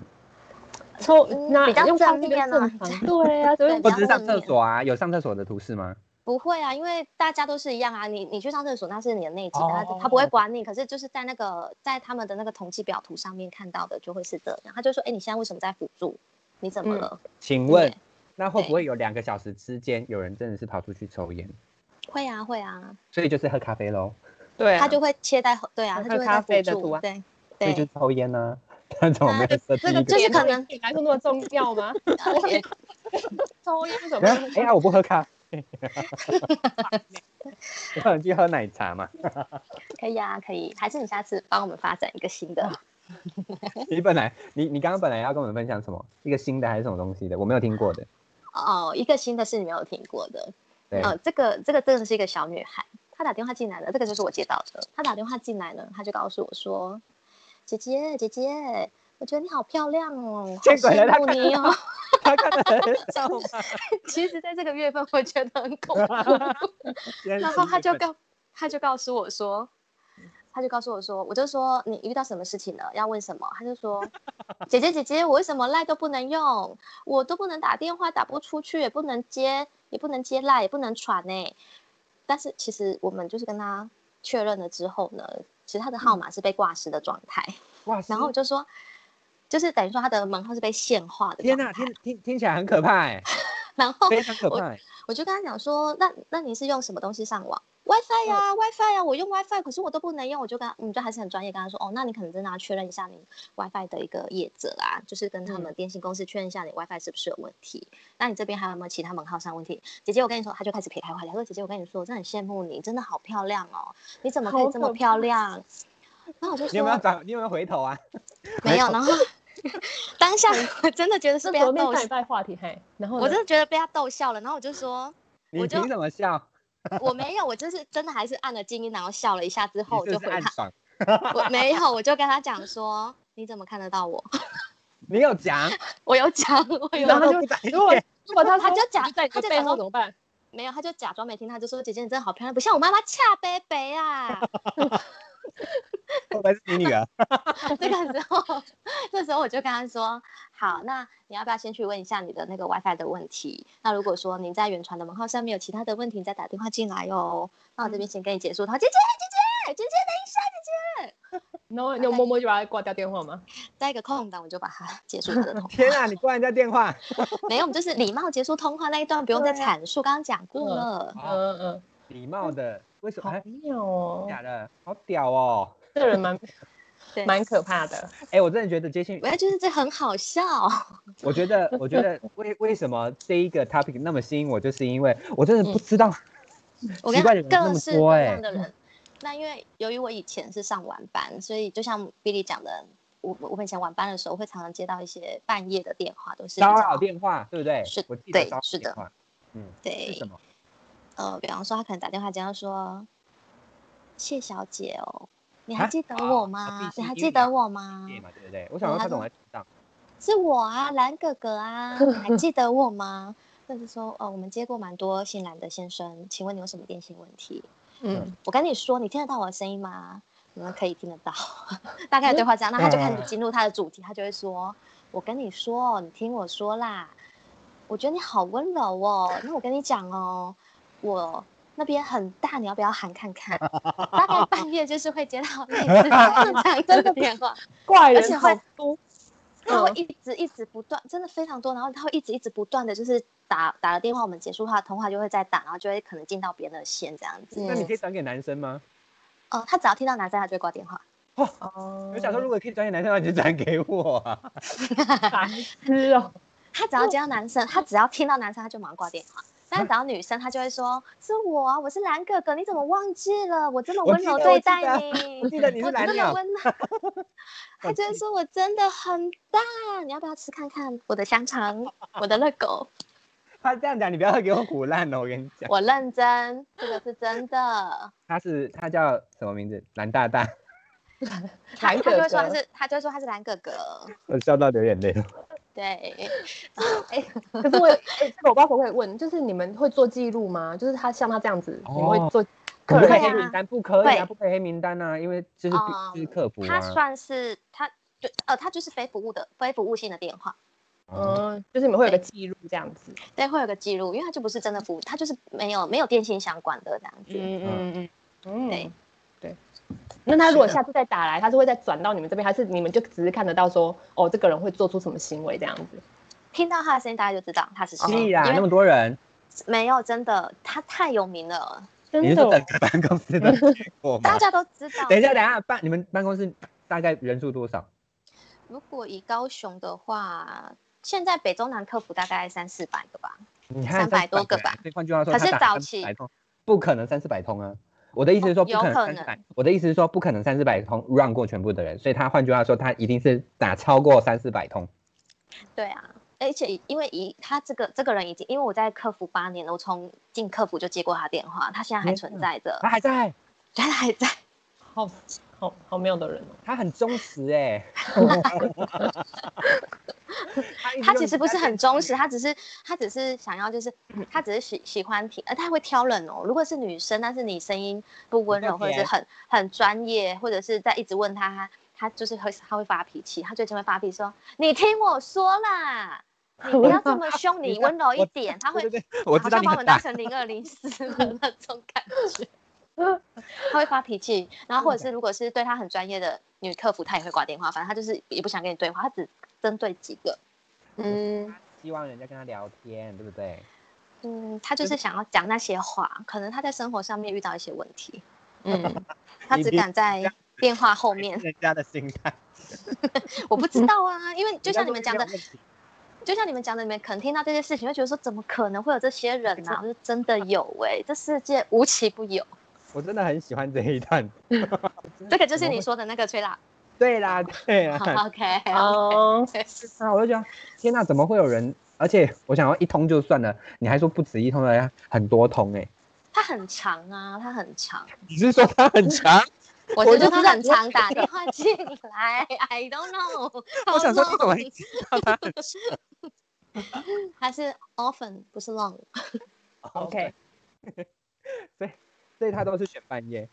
Speaker 2: 抽
Speaker 3: 嗯
Speaker 2: 那
Speaker 3: 比较
Speaker 2: 用
Speaker 3: 正
Speaker 2: 咖啡就
Speaker 3: 面啊
Speaker 2: 正常，对啊，所以
Speaker 3: 对
Speaker 1: 我
Speaker 3: 比
Speaker 1: 只是
Speaker 3: 较
Speaker 1: 上
Speaker 3: 正
Speaker 1: 厕
Speaker 3: 面
Speaker 1: 所啊，有上厕所的图示吗？
Speaker 3: 不会啊，因为大家都是一样啊。你你去上厕所，那是你的内急，他、
Speaker 1: 哦
Speaker 3: 他不会管你。可是就是在那个在他们的那个统计表图上面看到的，就会是这样。他就说：“哎，你现在为什么在辅助？你怎么
Speaker 2: 嗯
Speaker 3: 了？”
Speaker 1: 请问
Speaker 3: 对，
Speaker 1: 那会不
Speaker 3: 对
Speaker 1: 会有两个小时之间有人真的是跑出去抽烟？
Speaker 3: 会啊，会啊，
Speaker 1: 所以就是喝咖啡喽，
Speaker 2: 对啊，
Speaker 3: 他就会切在对
Speaker 2: 那
Speaker 3: 啊，他
Speaker 2: 个
Speaker 3: 就会
Speaker 2: 咖
Speaker 3: 在
Speaker 2: 啡
Speaker 3: 辅
Speaker 2: 的图
Speaker 3: 助。
Speaker 2: 案
Speaker 3: 对
Speaker 1: 所以就
Speaker 3: 对，
Speaker 1: 是抽烟呢、他怎么没有设第
Speaker 3: 那个
Speaker 1: 一
Speaker 3: 就
Speaker 1: 个？
Speaker 3: 是可
Speaker 2: 对
Speaker 3: 能
Speaker 2: 对你来说那么重要
Speaker 3: *laughs*
Speaker 2: 吗？
Speaker 3: 呃也
Speaker 2: *laughs* 抽烟怎么
Speaker 1: 然
Speaker 3: 啊
Speaker 2: 那
Speaker 1: 后
Speaker 2: 么
Speaker 1: 哎
Speaker 2: 重
Speaker 1: 呀，
Speaker 2: 要？
Speaker 1: 我不喝咖啡，
Speaker 3: *laughs*
Speaker 1: 我想去喝奶茶嘛。
Speaker 3: 可以啊，可以。还是你下次帮我们发展一个新的。
Speaker 1: 你本来你你刚刚本来要跟我们分享什么？一个新的还是什么东西的？我没有听过的。
Speaker 3: 哦，一个新的是你没有听过的。
Speaker 1: 对，
Speaker 3: 哦，这个这个真的是一个小女孩，她打电话进来了，这个就是我接到的。她打电话进来呢，她就告诉我说：“姐姐，姐姐，我觉得你好漂亮哦，好
Speaker 1: 结果呢
Speaker 3: 羡慕你哦。
Speaker 1: 他看得很少嘛。”
Speaker 3: *laughs* 其实，在这个月份，我觉得很恐怖。然后他就告，他就告诉我说，他就告诉我说，我就说你遇到什么事情了，要问什么？他就说，姐姐姐姐，我为什么赖都不能用，我都不能打电话，打不出去，也不能接，也不能接赖，也不能传呢、但是其实我们就是跟他确认了之后呢，其实他的号
Speaker 1: 嗯
Speaker 3: 码是被挂失的状态， *laughs*
Speaker 1: 哇，
Speaker 3: 然后我就说。就是等于说他的门号是被限化的
Speaker 1: 天
Speaker 3: 状
Speaker 1: 哪，
Speaker 3: 态，
Speaker 1: 听听听起来很可怕
Speaker 3: *laughs*
Speaker 1: 哎，
Speaker 3: 然后
Speaker 1: 非常可怕哎。
Speaker 3: 我就跟他讲说，那那你是用什么东西上网？WiFi 呀、w
Speaker 1: 嗯
Speaker 3: i f i 呀、我用 WiFi，可是我都不能用。我就跟他，我嗯们就还是很专业，跟他说，哦，那你可能真的要确认一下你 WiFi 的一个业者啊，就是跟他
Speaker 1: 嗯
Speaker 3: 们电信公司确认一下你 WiFi 是不是有问题。那你这边还有没有其他门号上问题？姐姐，我跟你说，他就开始撇开话题，他说，姐姐，我跟你说，我真的很羡慕你，真的好漂亮哦，你怎么可以
Speaker 2: 好
Speaker 3: 这么
Speaker 2: 可
Speaker 3: 漂亮？然后我就
Speaker 1: 你有没有
Speaker 3: 说
Speaker 1: 找？你有没有回头啊？
Speaker 3: 没有，
Speaker 1: *laughs*
Speaker 3: 然后当下
Speaker 1: 嗯
Speaker 3: 我真的觉得是
Speaker 2: 是
Speaker 3: 被他
Speaker 2: 昨天
Speaker 3: 逗
Speaker 2: 上
Speaker 3: 笑
Speaker 2: 礼，拜话题嘿，然后呢
Speaker 3: 我真的觉得被他逗笑了，然后我就说。
Speaker 1: 你
Speaker 3: 我就
Speaker 1: 凭什么笑？
Speaker 3: 我没有，我就是真的还是按了静音，然后笑了一下之后，我
Speaker 1: 你是
Speaker 3: 就
Speaker 1: 不是
Speaker 3: 回
Speaker 1: 暗
Speaker 3: 他，
Speaker 1: 爽？
Speaker 3: 我没
Speaker 1: *laughs*
Speaker 3: 有，我就跟他讲说，你怎么看得到我？ *laughs*
Speaker 1: 你有讲？
Speaker 3: 我有讲，我有
Speaker 1: *laughs*
Speaker 2: 然后
Speaker 1: 都
Speaker 2: 就
Speaker 1: 不在意
Speaker 2: 如果
Speaker 3: *laughs*
Speaker 2: 如哦果他
Speaker 3: 他就假
Speaker 2: 讲在你
Speaker 3: 他
Speaker 2: 的
Speaker 3: 就
Speaker 2: 背
Speaker 3: 假
Speaker 2: 后
Speaker 3: 装
Speaker 2: 怎么办？
Speaker 3: 没有，他就假装没听，他就说姐姐你真的好漂亮，不像我妈妈恰贝贝啊。 *laughs*
Speaker 1: 会不会是你女儿？
Speaker 3: 那个时候， *laughs* 那时候我就跟他说，好，那你要不要先去问一下你的那个 WiFi 的问题？那如果说你在远传的门号上面有其他的问题，你再打电话进来哦。那我这边
Speaker 1: 嗯
Speaker 3: 先跟你结束。他说姐姐姐姐姐姐等一下，姐姐。
Speaker 2: 然后你有默默就把他挂掉电话吗？
Speaker 3: 在一个空档，我就把它结束他
Speaker 1: *laughs*
Speaker 3: 的通话。
Speaker 1: 天啊，你挂人家电话！
Speaker 3: 没有，我们就是礼貌结束通话那一段，不用再
Speaker 2: 对啊
Speaker 3: 阐述，刚刚讲过了。
Speaker 1: 好
Speaker 2: 嗯嗯，
Speaker 1: 礼貌的，为什么？
Speaker 2: 好
Speaker 1: 哦哎，
Speaker 2: 妙哦，
Speaker 1: 假的，好屌哦！
Speaker 2: 这人蛮
Speaker 3: 对，
Speaker 2: 蛮可怕的。
Speaker 1: 哎，我真的觉得接信
Speaker 3: 我，要就是这很
Speaker 1: *laughs*
Speaker 3: 好笑，
Speaker 1: 我觉
Speaker 3: *laughs*
Speaker 1: 得，我觉得为为什么这一个 topic 那么吸引我，就是因为我真
Speaker 3: 嗯
Speaker 1: 的不知道。
Speaker 3: 我
Speaker 1: 奇
Speaker 3: 跟
Speaker 1: 怪的人那
Speaker 3: 各
Speaker 1: 么
Speaker 3: 式
Speaker 1: 多
Speaker 3: 各
Speaker 1: 欸 *laughs*
Speaker 3: 样的人。那因为由于我以前是上晚班，所以就像 Billy 讲的，我我们以前晚班的时候会常常接到一些半夜的电话，都是比
Speaker 1: 骚
Speaker 3: 较
Speaker 1: 扰电话，对不对？
Speaker 3: 是
Speaker 1: 我记得
Speaker 3: 对
Speaker 1: 骚扰
Speaker 3: 是的
Speaker 1: 电话是
Speaker 3: 对
Speaker 1: 什么？
Speaker 3: 呃，比方说他可能打电话这样说：“谢小姐哦，你还
Speaker 1: 啊
Speaker 3: 记得
Speaker 1: 哦
Speaker 3: 我
Speaker 1: 哦
Speaker 3: 吗？
Speaker 1: 必须
Speaker 3: 你还
Speaker 1: 因
Speaker 3: 记
Speaker 1: 为
Speaker 3: 得
Speaker 1: 你
Speaker 3: 我吗？
Speaker 1: 夜嘛，对不对？我想说他怎么来上？
Speaker 3: 是我啊，蓝哥哥啊，你还记得我吗？”或者说，哦，我们接过蛮多姓蓝的先生，请问你有什么电信问题？
Speaker 2: 嗯，
Speaker 3: 我跟你说，你听得到我的声音吗？你们可以听得到， *laughs* 大概对话这样。那他就开始进入他的主题，他就会说：“我跟你说，你听我说啦，我觉得你好温柔哦。那我跟你讲哦，我那边很大，你要不要喊看看？”大概半夜就是会接到类似这样子的电话，
Speaker 2: 怪
Speaker 3: 而且
Speaker 2: 人好
Speaker 3: 会
Speaker 2: 多，
Speaker 3: 他
Speaker 1: 嗯
Speaker 3: 会一直一直不断，真的非常多。然后他会一直一直不断的就是打打了电话，我们结束他的通话就会再打，然后就会可能进到别人的线这样子。
Speaker 1: 那你
Speaker 2: 嗯
Speaker 1: 可以转给男生吗？
Speaker 3: 哦，他只要听到男生，他就会挂电话。
Speaker 2: 哦
Speaker 1: 我想
Speaker 3: *laughs*
Speaker 1: 说，如果可以转给男生的话，你就转给我啊。
Speaker 2: 白痴哦，
Speaker 3: 他只要见到男生，他只要听到男生，他就马上挂电
Speaker 1: *laughs*
Speaker 3: 话。但是只要女生，她就会说：“是我啊，我是蓝哥哥，你怎么忘记了？我这么
Speaker 1: 我
Speaker 3: 温
Speaker 1: 记
Speaker 3: 柔
Speaker 1: 得我
Speaker 3: 对
Speaker 1: 记
Speaker 3: 待
Speaker 1: 得
Speaker 3: 你，
Speaker 1: 我记 *laughs* 得你是
Speaker 3: 我
Speaker 1: 蓝
Speaker 3: 这么
Speaker 1: 鸟， *laughs*
Speaker 3: 温柔。”他就会说：“我真的很大，你要不要吃看看我的香肠，我的热
Speaker 1: *laughs*
Speaker 3: 狗？
Speaker 1: 他这样讲，你不要给我唬烂了，我跟你讲。
Speaker 3: 我认真，这个是真的。
Speaker 1: 他是他叫什么名字？蓝大大，
Speaker 3: 他”
Speaker 2: 蓝哥
Speaker 3: 他就
Speaker 2: 哥
Speaker 3: 会说他是，他就会说他是蓝哥哥。
Speaker 1: 我笑到流眼泪了。
Speaker 3: 对，
Speaker 1: *laughs*
Speaker 3: 呃
Speaker 2: 可是我有，哎这个我不知道可不可以问，就是你们会做记录吗？就是他像他这样子，你们会
Speaker 1: 哦
Speaker 2: 做？
Speaker 1: 可
Speaker 2: 客
Speaker 1: 不
Speaker 2: 人
Speaker 1: 可以
Speaker 3: 对
Speaker 1: 黑
Speaker 3: 啊
Speaker 1: 名单？不可以啊，
Speaker 3: 会
Speaker 1: 不可以黑名单啊，因为这是
Speaker 3: 哦
Speaker 1: 这是客服
Speaker 3: 他
Speaker 1: 啊。
Speaker 3: 算是他对呃，他就是非服务的非服务性的电话，
Speaker 1: 哦
Speaker 2: 嗯，就是你们会有个记录这样子。
Speaker 3: 对，会有个记录，因为他就不是真的服务，他就是没有没有电信相关的这样子。
Speaker 1: 嗯
Speaker 4: 嗯
Speaker 2: 嗯
Speaker 3: 对，
Speaker 2: 对。那他如果
Speaker 3: 是的
Speaker 2: 下次再打来，他是会再转到你们这边，还是你们就只是看得到说，哦，这个人会做出什么行为这样子？
Speaker 3: 听到他的声音，大家就知道他是谁，
Speaker 1: 屁哦啦，那
Speaker 3: 哦因
Speaker 1: 么
Speaker 3: 为
Speaker 1: 多人，
Speaker 3: 没有真的他太有名了，
Speaker 2: 真
Speaker 1: 你是
Speaker 2: 的
Speaker 1: 说
Speaker 2: 哦
Speaker 1: 整个办公室的结果吗
Speaker 3: *laughs* 大？家都知道。
Speaker 1: 等一下，等一下，办你们办公室大概人数多少？
Speaker 3: 如果以高雄的话，现在北中南客服大概三四百个吧。
Speaker 1: 你看
Speaker 3: 300多个吧
Speaker 1: 300所以换句话啊说，
Speaker 3: 可是
Speaker 1: 他打
Speaker 3: 早期
Speaker 1: 300通不可能三四百通啊。我的意思是说，
Speaker 3: 哦
Speaker 1: 不可
Speaker 3: 有可
Speaker 1: 能三四百
Speaker 3: 能。
Speaker 1: 我的意思是说，不可能三四百通 run 过全部的人，所以他换句话说，他一定是打超过三四百通。
Speaker 3: 对啊，而且因为以他这个这个人已经，因为我在客服八年了，我从进客服就接过他电话，他现在还
Speaker 1: 天
Speaker 3: 存
Speaker 1: 哪
Speaker 3: 在着
Speaker 1: 他，还在，
Speaker 3: 他还
Speaker 1: *laughs*
Speaker 3: 在。
Speaker 2: 好好好妙的人哦。
Speaker 1: 他很忠实哎、他一直
Speaker 3: 他
Speaker 1: 用嗯
Speaker 3: 其实不是很
Speaker 1: 他
Speaker 3: 忠实，他只是他只是想要就是他只是喜喜欢听，呃，他会挑人哦。如果是女生，但是你声音不温柔，
Speaker 1: 不够
Speaker 3: 或者
Speaker 1: 甜
Speaker 3: 是很很专业，或者是在一直问他，他他就是会他会发脾气，他最近会发脾气说：“你听我说
Speaker 1: *laughs*
Speaker 3: 啦，
Speaker 2: 哦
Speaker 3: *laughs* 你不
Speaker 2: 嗯
Speaker 3: 要这么凶，
Speaker 1: 你
Speaker 3: 你
Speaker 1: 知道
Speaker 3: 温柔
Speaker 1: *laughs*
Speaker 3: 一
Speaker 1: 我
Speaker 3: 点。”他会
Speaker 1: 对对对，我知道
Speaker 3: 好像
Speaker 1: 你
Speaker 3: 把我们
Speaker 1: 很
Speaker 3: 当
Speaker 1: 大。
Speaker 3: 成零二零四的那种感觉。他会发脾气，然后或者是如果是对他很专业的女客服，他也会挂电话，反正他就是也不想跟你对话，他只针对几个。
Speaker 4: 嗯
Speaker 1: 希望人家跟他聊天，对不对？
Speaker 3: 嗯，他就是想要讲那些话，可能他在生活上面遇到一些问题，
Speaker 2: *laughs*
Speaker 4: 嗯，
Speaker 3: 他
Speaker 1: 你
Speaker 3: 只
Speaker 1: 必须
Speaker 3: 敢
Speaker 1: 这
Speaker 3: 在
Speaker 1: 样
Speaker 3: 电话
Speaker 1: *laughs*
Speaker 3: 后面。
Speaker 1: 人家的心态，
Speaker 3: 我不知道啊，因为就像你们讲的
Speaker 1: 人，家说
Speaker 3: 就像你们讲的，你们可能听到这些事情，会觉得说怎么可能会有这些人呢、啊？我说真的有哎、这世界无奇不有。
Speaker 1: 我真的很喜欢这一段。
Speaker 3: 这个就是你说的那个吹蜡。
Speaker 1: 对啦，对
Speaker 3: *laughs*
Speaker 1: 啦。
Speaker 3: OK，
Speaker 2: 哦，
Speaker 1: 啊，我就觉得天哪，怎么会有人？而且我想要一通就算了，你还说不止一通的，很多通哎、
Speaker 3: 它很长啊，它很长。
Speaker 1: 你是说他很强？
Speaker 3: *laughs* 我
Speaker 1: 我
Speaker 3: 是
Speaker 1: 就
Speaker 3: 说
Speaker 1: 知
Speaker 3: 他
Speaker 1: 道
Speaker 3: 很
Speaker 1: 你会
Speaker 3: 常打电话进来，I don't
Speaker 1: *laughs*
Speaker 3: know
Speaker 1: 我想说
Speaker 3: how
Speaker 1: 你怎么会
Speaker 3: long
Speaker 1: 知道他很强
Speaker 3: *laughs* 还是 often 不是 long。
Speaker 2: OK
Speaker 1: *laughs* 所以所以他都是选半夜。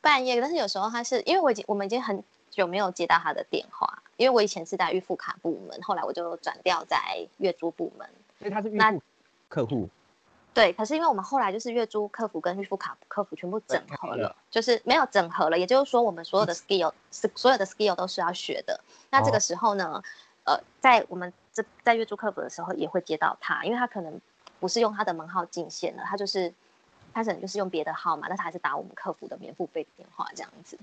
Speaker 3: 半夜，但是有时候他是因为我已经我们已经很久没有接到他的电话，因为我以前是在预付卡部门，后来我就转调在月租部门。
Speaker 1: 所以他是预
Speaker 3: 那
Speaker 1: 付客户，
Speaker 3: 对，可是因为我们后来就是月租客服跟预付卡客服全部整合
Speaker 1: 对
Speaker 3: 了，就是没有整合了，也就是说我们所有的 skill 是所有的 skill 都是要学的。那这
Speaker 1: 嗯哦
Speaker 3: 个时候呢，呃，在我们这在月租客服的时候也会接到他，因为他可能不是用他的门号进线了，他就是他可能就是用别的号码，但他还是打我们客服的免付费电话这样子。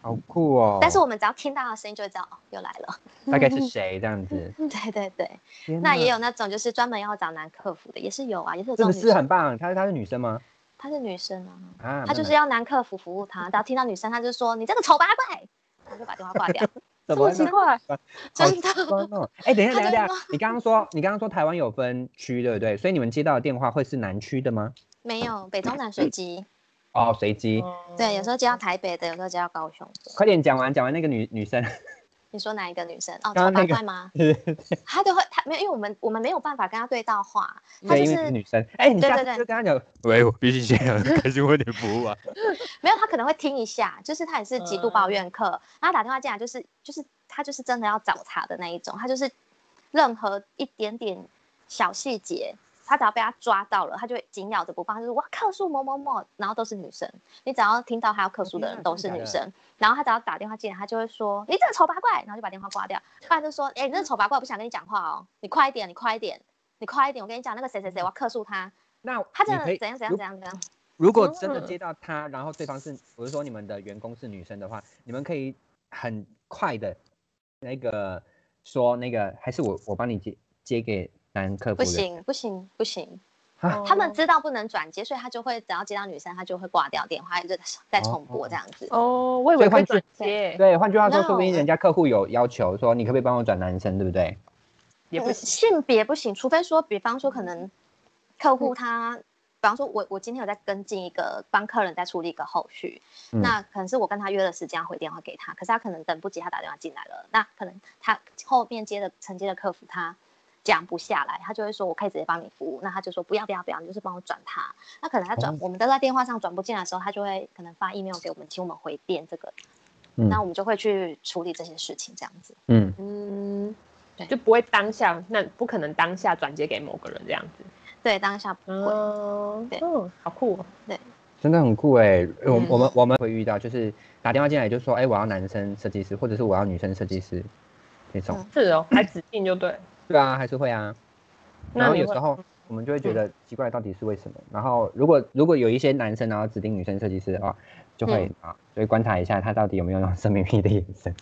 Speaker 1: 好酷哦。
Speaker 3: 但是我们只要听到他的声音，就会知道哦，又来了。
Speaker 1: 大概是谁这样子？
Speaker 3: *laughs* 对对对，
Speaker 1: 嗯天
Speaker 3: 嗯那
Speaker 1: 哪
Speaker 3: 也有那种就是专门要找男客服的，也是有啊，也是有这
Speaker 1: 是
Speaker 3: 种
Speaker 1: 不
Speaker 3: 女
Speaker 1: 是
Speaker 3: 生。
Speaker 1: 很棒？她她是女生吗？
Speaker 3: 她是女生啊，
Speaker 1: 啊，
Speaker 3: 她就是要男客服服务她，然后听到女生，她就说你这个丑八怪，她就把电话挂掉。
Speaker 1: 那 *laughs* 怎么
Speaker 2: 这么奇
Speaker 1: 呢？
Speaker 2: 怪？
Speaker 1: *laughs* 好
Speaker 3: 真的，
Speaker 1: 酸哦！哎，等一下，
Speaker 3: 她
Speaker 1: 等一下，
Speaker 3: 就
Speaker 1: 等一下
Speaker 3: 说，
Speaker 1: 你刚刚说你刚刚说台湾有分区，对不对？所以你们接到的电话会是南区的吗？
Speaker 3: *laughs* 没有北中南随机，
Speaker 1: 哦，随机。
Speaker 3: 对，有时候接到台北的，有时候接到高雄的。
Speaker 1: 快点讲完，讲完那个女女生。
Speaker 3: 你说哪一个女生？哦，
Speaker 1: 刚刚
Speaker 3: 丑
Speaker 1: 那
Speaker 3: 八
Speaker 1: 个
Speaker 3: 怪吗？
Speaker 1: *laughs* 对，
Speaker 3: 她都会，她没有，因为我们我们没有办法跟她对到话，她
Speaker 1: 嗯因
Speaker 3: 就
Speaker 1: 为是
Speaker 3: 是
Speaker 1: 女生。哎，你
Speaker 3: 对
Speaker 1: 下
Speaker 3: 对
Speaker 1: 次
Speaker 3: 对
Speaker 1: 就跟她讲，喂，我必须先开心为你服务啊。
Speaker 3: 没有，他可能会听一下，就是他也是极度
Speaker 1: 嗯
Speaker 3: 抱怨客，然后打电话进来就是就是他就是真的要找茬的那一种，他就是任何一点点小细节，他只要被他抓到了，他就会紧咬着不放，就是我要客诉某某某，然后都是女生，你只要听到他要客诉的人
Speaker 1: 天啊
Speaker 3: 都是
Speaker 1: 真的
Speaker 3: 女
Speaker 1: 假
Speaker 3: 生，然后他只要打电话进来，他就会说你这个丑八怪，然后就把电话挂掉，不然就说哎、你这个丑八怪，我不想跟你讲话哦，你快一点，你快一点，你快一点，我跟你讲那个谁谁谁，我要客诉他，
Speaker 1: 那
Speaker 3: 他真
Speaker 1: 你可
Speaker 3: 的
Speaker 1: 以
Speaker 3: 怎样怎样
Speaker 1: 如
Speaker 3: 怎样怎样，
Speaker 1: 如果真的
Speaker 2: 嗯
Speaker 1: 接到她，然后对方是，我是说你们的员工是女生的话，你们可以很快的那个说那个，还是我我帮你接接给男客服
Speaker 3: 不
Speaker 1: 的。
Speaker 3: 行哦不行不行。
Speaker 1: 啊
Speaker 3: 他
Speaker 2: 哦
Speaker 3: 们知道不能转接，所以他就会只要接到女生，他就会挂掉电话，就再重播这样子。
Speaker 2: 哦，我以
Speaker 1: 所以
Speaker 2: 为会
Speaker 1: 换句
Speaker 2: 转接，
Speaker 1: 对，换句话说，
Speaker 3: No
Speaker 1: 说不定人家客户有要求说，你可不可以帮我转男生，对不对？
Speaker 2: 也不嗯
Speaker 3: 嗯
Speaker 2: 行。
Speaker 3: 性别不行，除非说，比方说可能客
Speaker 2: 嗯
Speaker 3: 户他，比方说我我今天有在跟进一个帮客人在处理一个后续，
Speaker 1: 嗯
Speaker 3: 那可能是我跟他约了时间要回电话给他，可是他可能等不及他打电话进来了，那可能他后面接的承接的客服他。讲不下来，他就会说我可以直接帮你服务，那他就说不要不要不要，你就是帮我转他。那可能他转、
Speaker 1: 哦
Speaker 3: 我们都在电话上转不进来的时候，他就会可能发 email 给我们，请我们回电这个，
Speaker 1: 嗯
Speaker 3: 那我们就会去处理这些事情，这样子。
Speaker 1: 嗯，
Speaker 4: 嗯，
Speaker 2: 就不会当下，那不可能当下转接给某个人这样子。
Speaker 3: 对，当下不会。
Speaker 2: 嗯，
Speaker 3: 对
Speaker 2: 嗯，好酷哦。
Speaker 1: 真的很酷哎、我
Speaker 4: 嗯
Speaker 1: 我们我们会遇到，就是打电话进来就说，哎、我要男生设计师，或者是我要女生设计师这种。
Speaker 3: 嗯
Speaker 2: 是哦，还指定就对。
Speaker 1: 对啊，还是会啊。
Speaker 2: 那
Speaker 1: 然后
Speaker 2: 你
Speaker 1: 有
Speaker 2: 会
Speaker 1: 时候
Speaker 3: 嗯
Speaker 1: 我们就会觉得奇怪，到底是为什么？然后如果如果有一些男生然后指定女生设计师的话，就会、
Speaker 3: 嗯
Speaker 1: 啊，就会观察一下他到底有没有那种色眯眯的眼神。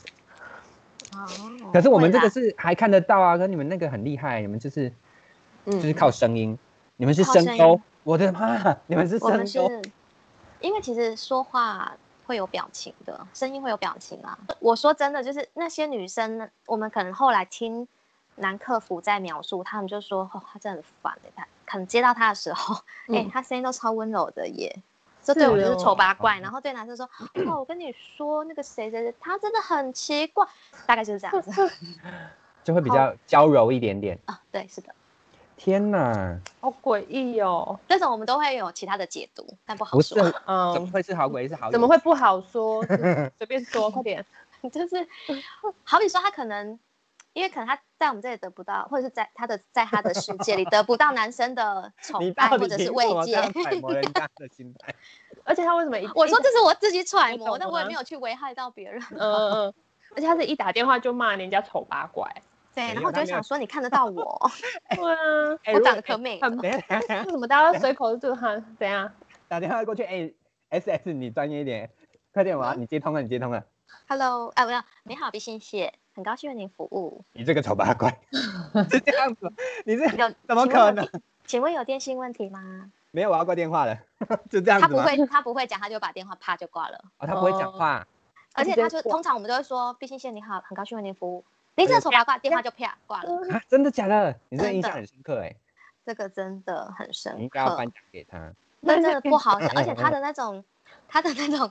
Speaker 3: 哦
Speaker 1: 可是我们这个
Speaker 3: 会啦
Speaker 1: 是还看得到啊，可是你们那个很厉害，你们就是
Speaker 4: 嗯
Speaker 1: 就是靠声音，你们是
Speaker 3: 靠
Speaker 1: 声
Speaker 3: 声
Speaker 1: 优
Speaker 3: 音，
Speaker 1: 我的妈，你们是
Speaker 3: 我们
Speaker 1: 声
Speaker 3: 是
Speaker 1: 优，
Speaker 3: 因为其实说话会有表情的，声音会有表情啊。我说真的，就是那些女生呢，我们可能后来听男客服在描述，他们就说：“哦，他真的很烦、欸、他可能接到他的时候，哎、
Speaker 4: 嗯
Speaker 3: 他声音都超温柔的耶。”这对我哦就是丑八
Speaker 1: 嗯
Speaker 3: 怪，然后对男生说：“哦，我跟你说，那个谁谁谁，他真的很奇怪。”大概就是这样子 *laughs*
Speaker 1: 就会比较娇柔一点点。
Speaker 3: 啊，对，是的，
Speaker 1: 天哪，
Speaker 2: 好诡异哦。
Speaker 3: 这种我们都会有其他的解读，但不好哦
Speaker 1: 不是
Speaker 3: 说。
Speaker 1: 怎么
Speaker 2: 嗯，
Speaker 1: 会是好鬼是好友？
Speaker 2: 怎么会不好
Speaker 1: *laughs*
Speaker 2: 说？就是随便说，快点。
Speaker 3: *laughs* 就是好比说他可能，因为可能他在我们这里得不到，或者是在他的在他的世界里得不到男生
Speaker 1: *laughs*
Speaker 3: 的
Speaker 1: 你
Speaker 3: 崇拜
Speaker 1: 到
Speaker 3: 或
Speaker 1: 底
Speaker 3: 者是
Speaker 1: 凭
Speaker 3: 慰
Speaker 1: 什么这
Speaker 3: 藉
Speaker 1: 样。揣摩人家的心态？
Speaker 2: 而且他为什么一
Speaker 3: *laughs* 我说
Speaker 2: 一
Speaker 3: 这是我自己揣摩，
Speaker 2: 你懂
Speaker 3: 但我也没
Speaker 2: 吗
Speaker 3: 有去危害到
Speaker 1: *laughs*
Speaker 3: 别人。
Speaker 2: 嗯嗯嗯，而且他是一打电话就骂人家丑八怪。
Speaker 3: 对，
Speaker 1: 没
Speaker 3: 然
Speaker 1: 有
Speaker 3: 后我
Speaker 1: 他
Speaker 3: 就会
Speaker 1: 没有
Speaker 3: 想说，你看得到我，
Speaker 2: 对啊，
Speaker 1: *laughs* 哎
Speaker 3: 我
Speaker 1: 如果
Speaker 3: 长得可美了
Speaker 2: 很
Speaker 1: 等一下等一下
Speaker 2: *laughs* 为什么大家随口就喊怎 *laughs* 样？
Speaker 1: 打电话过去，哎、s S，你专业一点，快点，
Speaker 3: 嗯
Speaker 1: 我要啊你接通了，你接通了，
Speaker 3: ，Hello，哎，我要你好，毕信谢，很高兴为您服务。
Speaker 1: 你这个丑八
Speaker 3: *laughs*
Speaker 1: 怪，是这样子吗，你这
Speaker 3: 有
Speaker 1: 怎么
Speaker 3: 请问
Speaker 1: 可
Speaker 3: 有
Speaker 1: 能？
Speaker 3: 请问有电信问题吗？
Speaker 1: 没有，我要挂电话了， *laughs* 就这样
Speaker 3: 他
Speaker 1: 子
Speaker 3: 不
Speaker 1: 吗？
Speaker 3: 会，他不会讲，他就把电话啪就挂了。
Speaker 1: 哦，他不会讲
Speaker 2: 哦
Speaker 1: 话，
Speaker 3: 而
Speaker 2: 直
Speaker 3: 且
Speaker 2: 接
Speaker 3: 他就
Speaker 2: 挂
Speaker 3: 通常我们都会说，毕信谢你好，很高兴为您服务。你
Speaker 1: 哎
Speaker 3: 这
Speaker 1: 呦
Speaker 3: 个丑八怪，电话就啪挂
Speaker 2: 哎
Speaker 3: 了。
Speaker 1: 啊，真的假的？你这个
Speaker 3: 真
Speaker 1: 印象
Speaker 3: 的
Speaker 1: 很深刻哎、
Speaker 3: 这个真的很
Speaker 1: 你应
Speaker 3: 深
Speaker 1: 该要
Speaker 3: 刻。
Speaker 1: 颁奖给他。
Speaker 3: 那真的不
Speaker 1: *laughs*
Speaker 3: 好想，而且他的那种，他的那种，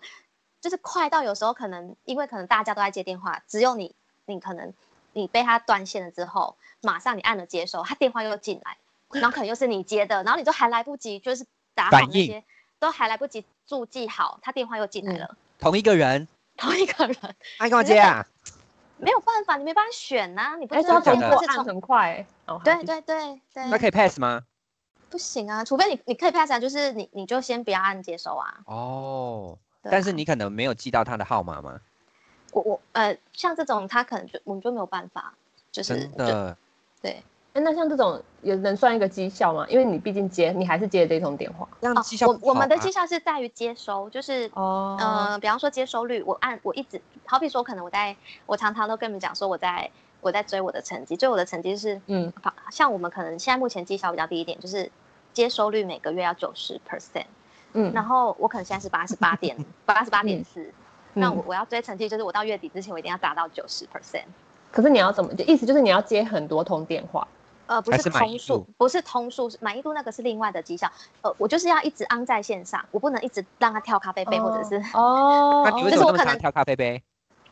Speaker 3: 就是快到有时候可能，因为可能大家都在接电话，只有你，你可能你被他断线了之后，马上你按了接收，他电话又进来，然后可能又是你接的，然后你都还来不及就是打好
Speaker 1: 反
Speaker 3: 那
Speaker 1: 应嗯
Speaker 3: 些，都还来不及注记好，他电话又进来了，
Speaker 1: 同一个人，
Speaker 3: 同一个人
Speaker 1: 他干嘛接啊？
Speaker 3: 没有办法，你没办法选呐、你不
Speaker 2: 哎，
Speaker 3: 知
Speaker 2: 这
Speaker 3: 道
Speaker 2: 要
Speaker 1: 真
Speaker 3: 电
Speaker 2: 通
Speaker 1: 的
Speaker 3: 话
Speaker 2: 过
Speaker 3: 是
Speaker 2: 按
Speaker 3: 从。
Speaker 2: 很快欸。哦
Speaker 3: 对，对对对，
Speaker 1: 那可以 pass 吗？
Speaker 3: 不行啊，除非你你可以 pass 啊，就是你你就先不要按接收啊。
Speaker 1: 哦，
Speaker 3: 对
Speaker 1: 但
Speaker 3: 啊
Speaker 1: 是你可能没有记到他的号码吗？
Speaker 3: 我我呃，像这种他可能就我们就没有办法，就是
Speaker 1: 真
Speaker 3: 就
Speaker 1: 的，
Speaker 3: 对
Speaker 2: 哎那像这种也能算一个绩效吗？因为你毕竟接，你还是接这通电话。
Speaker 1: 让
Speaker 3: 哦
Speaker 1: 绩，效
Speaker 3: 我
Speaker 1: 不
Speaker 3: 我
Speaker 1: 好啊
Speaker 3: 们的
Speaker 1: 吗
Speaker 3: 绩效是在于接收，就是。
Speaker 2: 哦
Speaker 3: 呃，比方说接收率，我按我一直，好比说，可能我在，我常常都跟你们讲说，我在我在追我的成绩，追我的成绩是，
Speaker 2: 嗯，
Speaker 3: 像我们可能现在目前绩效比较低一点，就是接收率每个月要九十 percent，
Speaker 2: 嗯，
Speaker 3: 然后我可能现在是八十八点八十八点四，那
Speaker 2: 嗯
Speaker 3: 我我要追成绩，就是我到月底之前我一定要达到九十 percent，
Speaker 2: 可是你要怎么？就意思就是你要接很多通电话。
Speaker 3: 呃，不
Speaker 1: 还
Speaker 3: 是
Speaker 1: 是满意
Speaker 3: 通数
Speaker 1: 度，
Speaker 3: 不是通数，是满意度那个是另外的绩效。呃，我就是要一直昂在线上，我不能一直让他跳咖啡杯，或者是
Speaker 2: 哦，
Speaker 1: 那
Speaker 2: 哦
Speaker 1: 你
Speaker 3: 就
Speaker 1: 为什
Speaker 3: 是
Speaker 1: 么
Speaker 3: 我
Speaker 1: 那么
Speaker 3: 可
Speaker 1: 常
Speaker 3: 能
Speaker 1: 挑咖啡杯？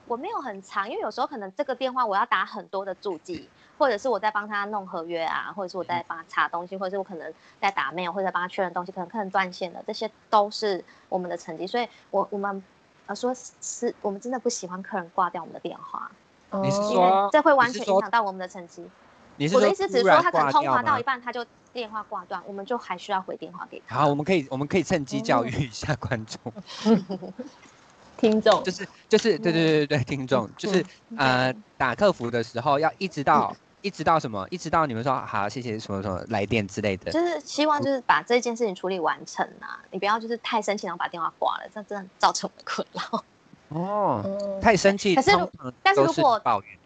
Speaker 3: 我没有很长，因为有时候可能这个电话我要打很多的注记，或者是我在帮他弄合约啊，或者是我在帮他查东西，或者是我可能在打 mail，或者在帮他确认东西，可能客人断线了，这些都是我们的成绩。所以我我们呃说是我们真的不喜欢客人挂掉我们的电话，
Speaker 1: 你是
Speaker 3: 因
Speaker 1: 说
Speaker 2: 哦
Speaker 3: 为这会完
Speaker 1: 你是
Speaker 3: 全
Speaker 1: 说
Speaker 3: 影响到我们的成绩。
Speaker 1: 你是
Speaker 3: 我的
Speaker 1: 说
Speaker 3: 意思
Speaker 1: 突
Speaker 3: 只是说
Speaker 1: 然
Speaker 3: 他可能
Speaker 1: 挂
Speaker 3: 通
Speaker 1: 掉
Speaker 3: 话到
Speaker 1: 吗
Speaker 3: 一半，他就电话挂断，我们就还需要回电话给他。
Speaker 1: 好，我们可以我们可以趁
Speaker 3: 哦
Speaker 1: 机教育一下观众，
Speaker 2: 听众
Speaker 1: 就是就是对对对对对，听众
Speaker 3: 嗯
Speaker 1: 就是呃打客服的时候要一直到一直到什么，一直到你们说好谢谢什么什么来电之类的，
Speaker 3: 就是希
Speaker 1: 嗯
Speaker 3: 望就是把这件事情处理完成啊，你不要就是太生气然后把电话挂了，这样真的造成我们困扰。
Speaker 1: 哦，
Speaker 2: 嗯
Speaker 1: 太生气，
Speaker 3: 可是如
Speaker 1: 通常
Speaker 3: 但是
Speaker 1: 都
Speaker 3: 如
Speaker 1: 是
Speaker 3: 果
Speaker 1: 抱怨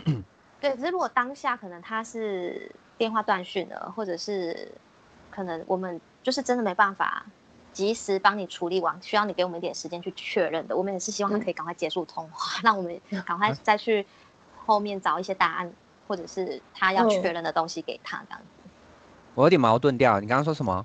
Speaker 1: 的，
Speaker 3: 对，只是如果当下可能他是电话断讯了，或者是可能我们就是真的没办法及时帮你处理完，需要你给我们一点时间去确认的。我们也是希望
Speaker 1: 嗯
Speaker 3: 他可以赶快结束通话， *laughs* 让我们赶快再去后面找一些答案，或者是他要
Speaker 2: 嗯
Speaker 3: 确认的东西给他这样子。
Speaker 1: 我有点矛盾掉。你刚刚说什么？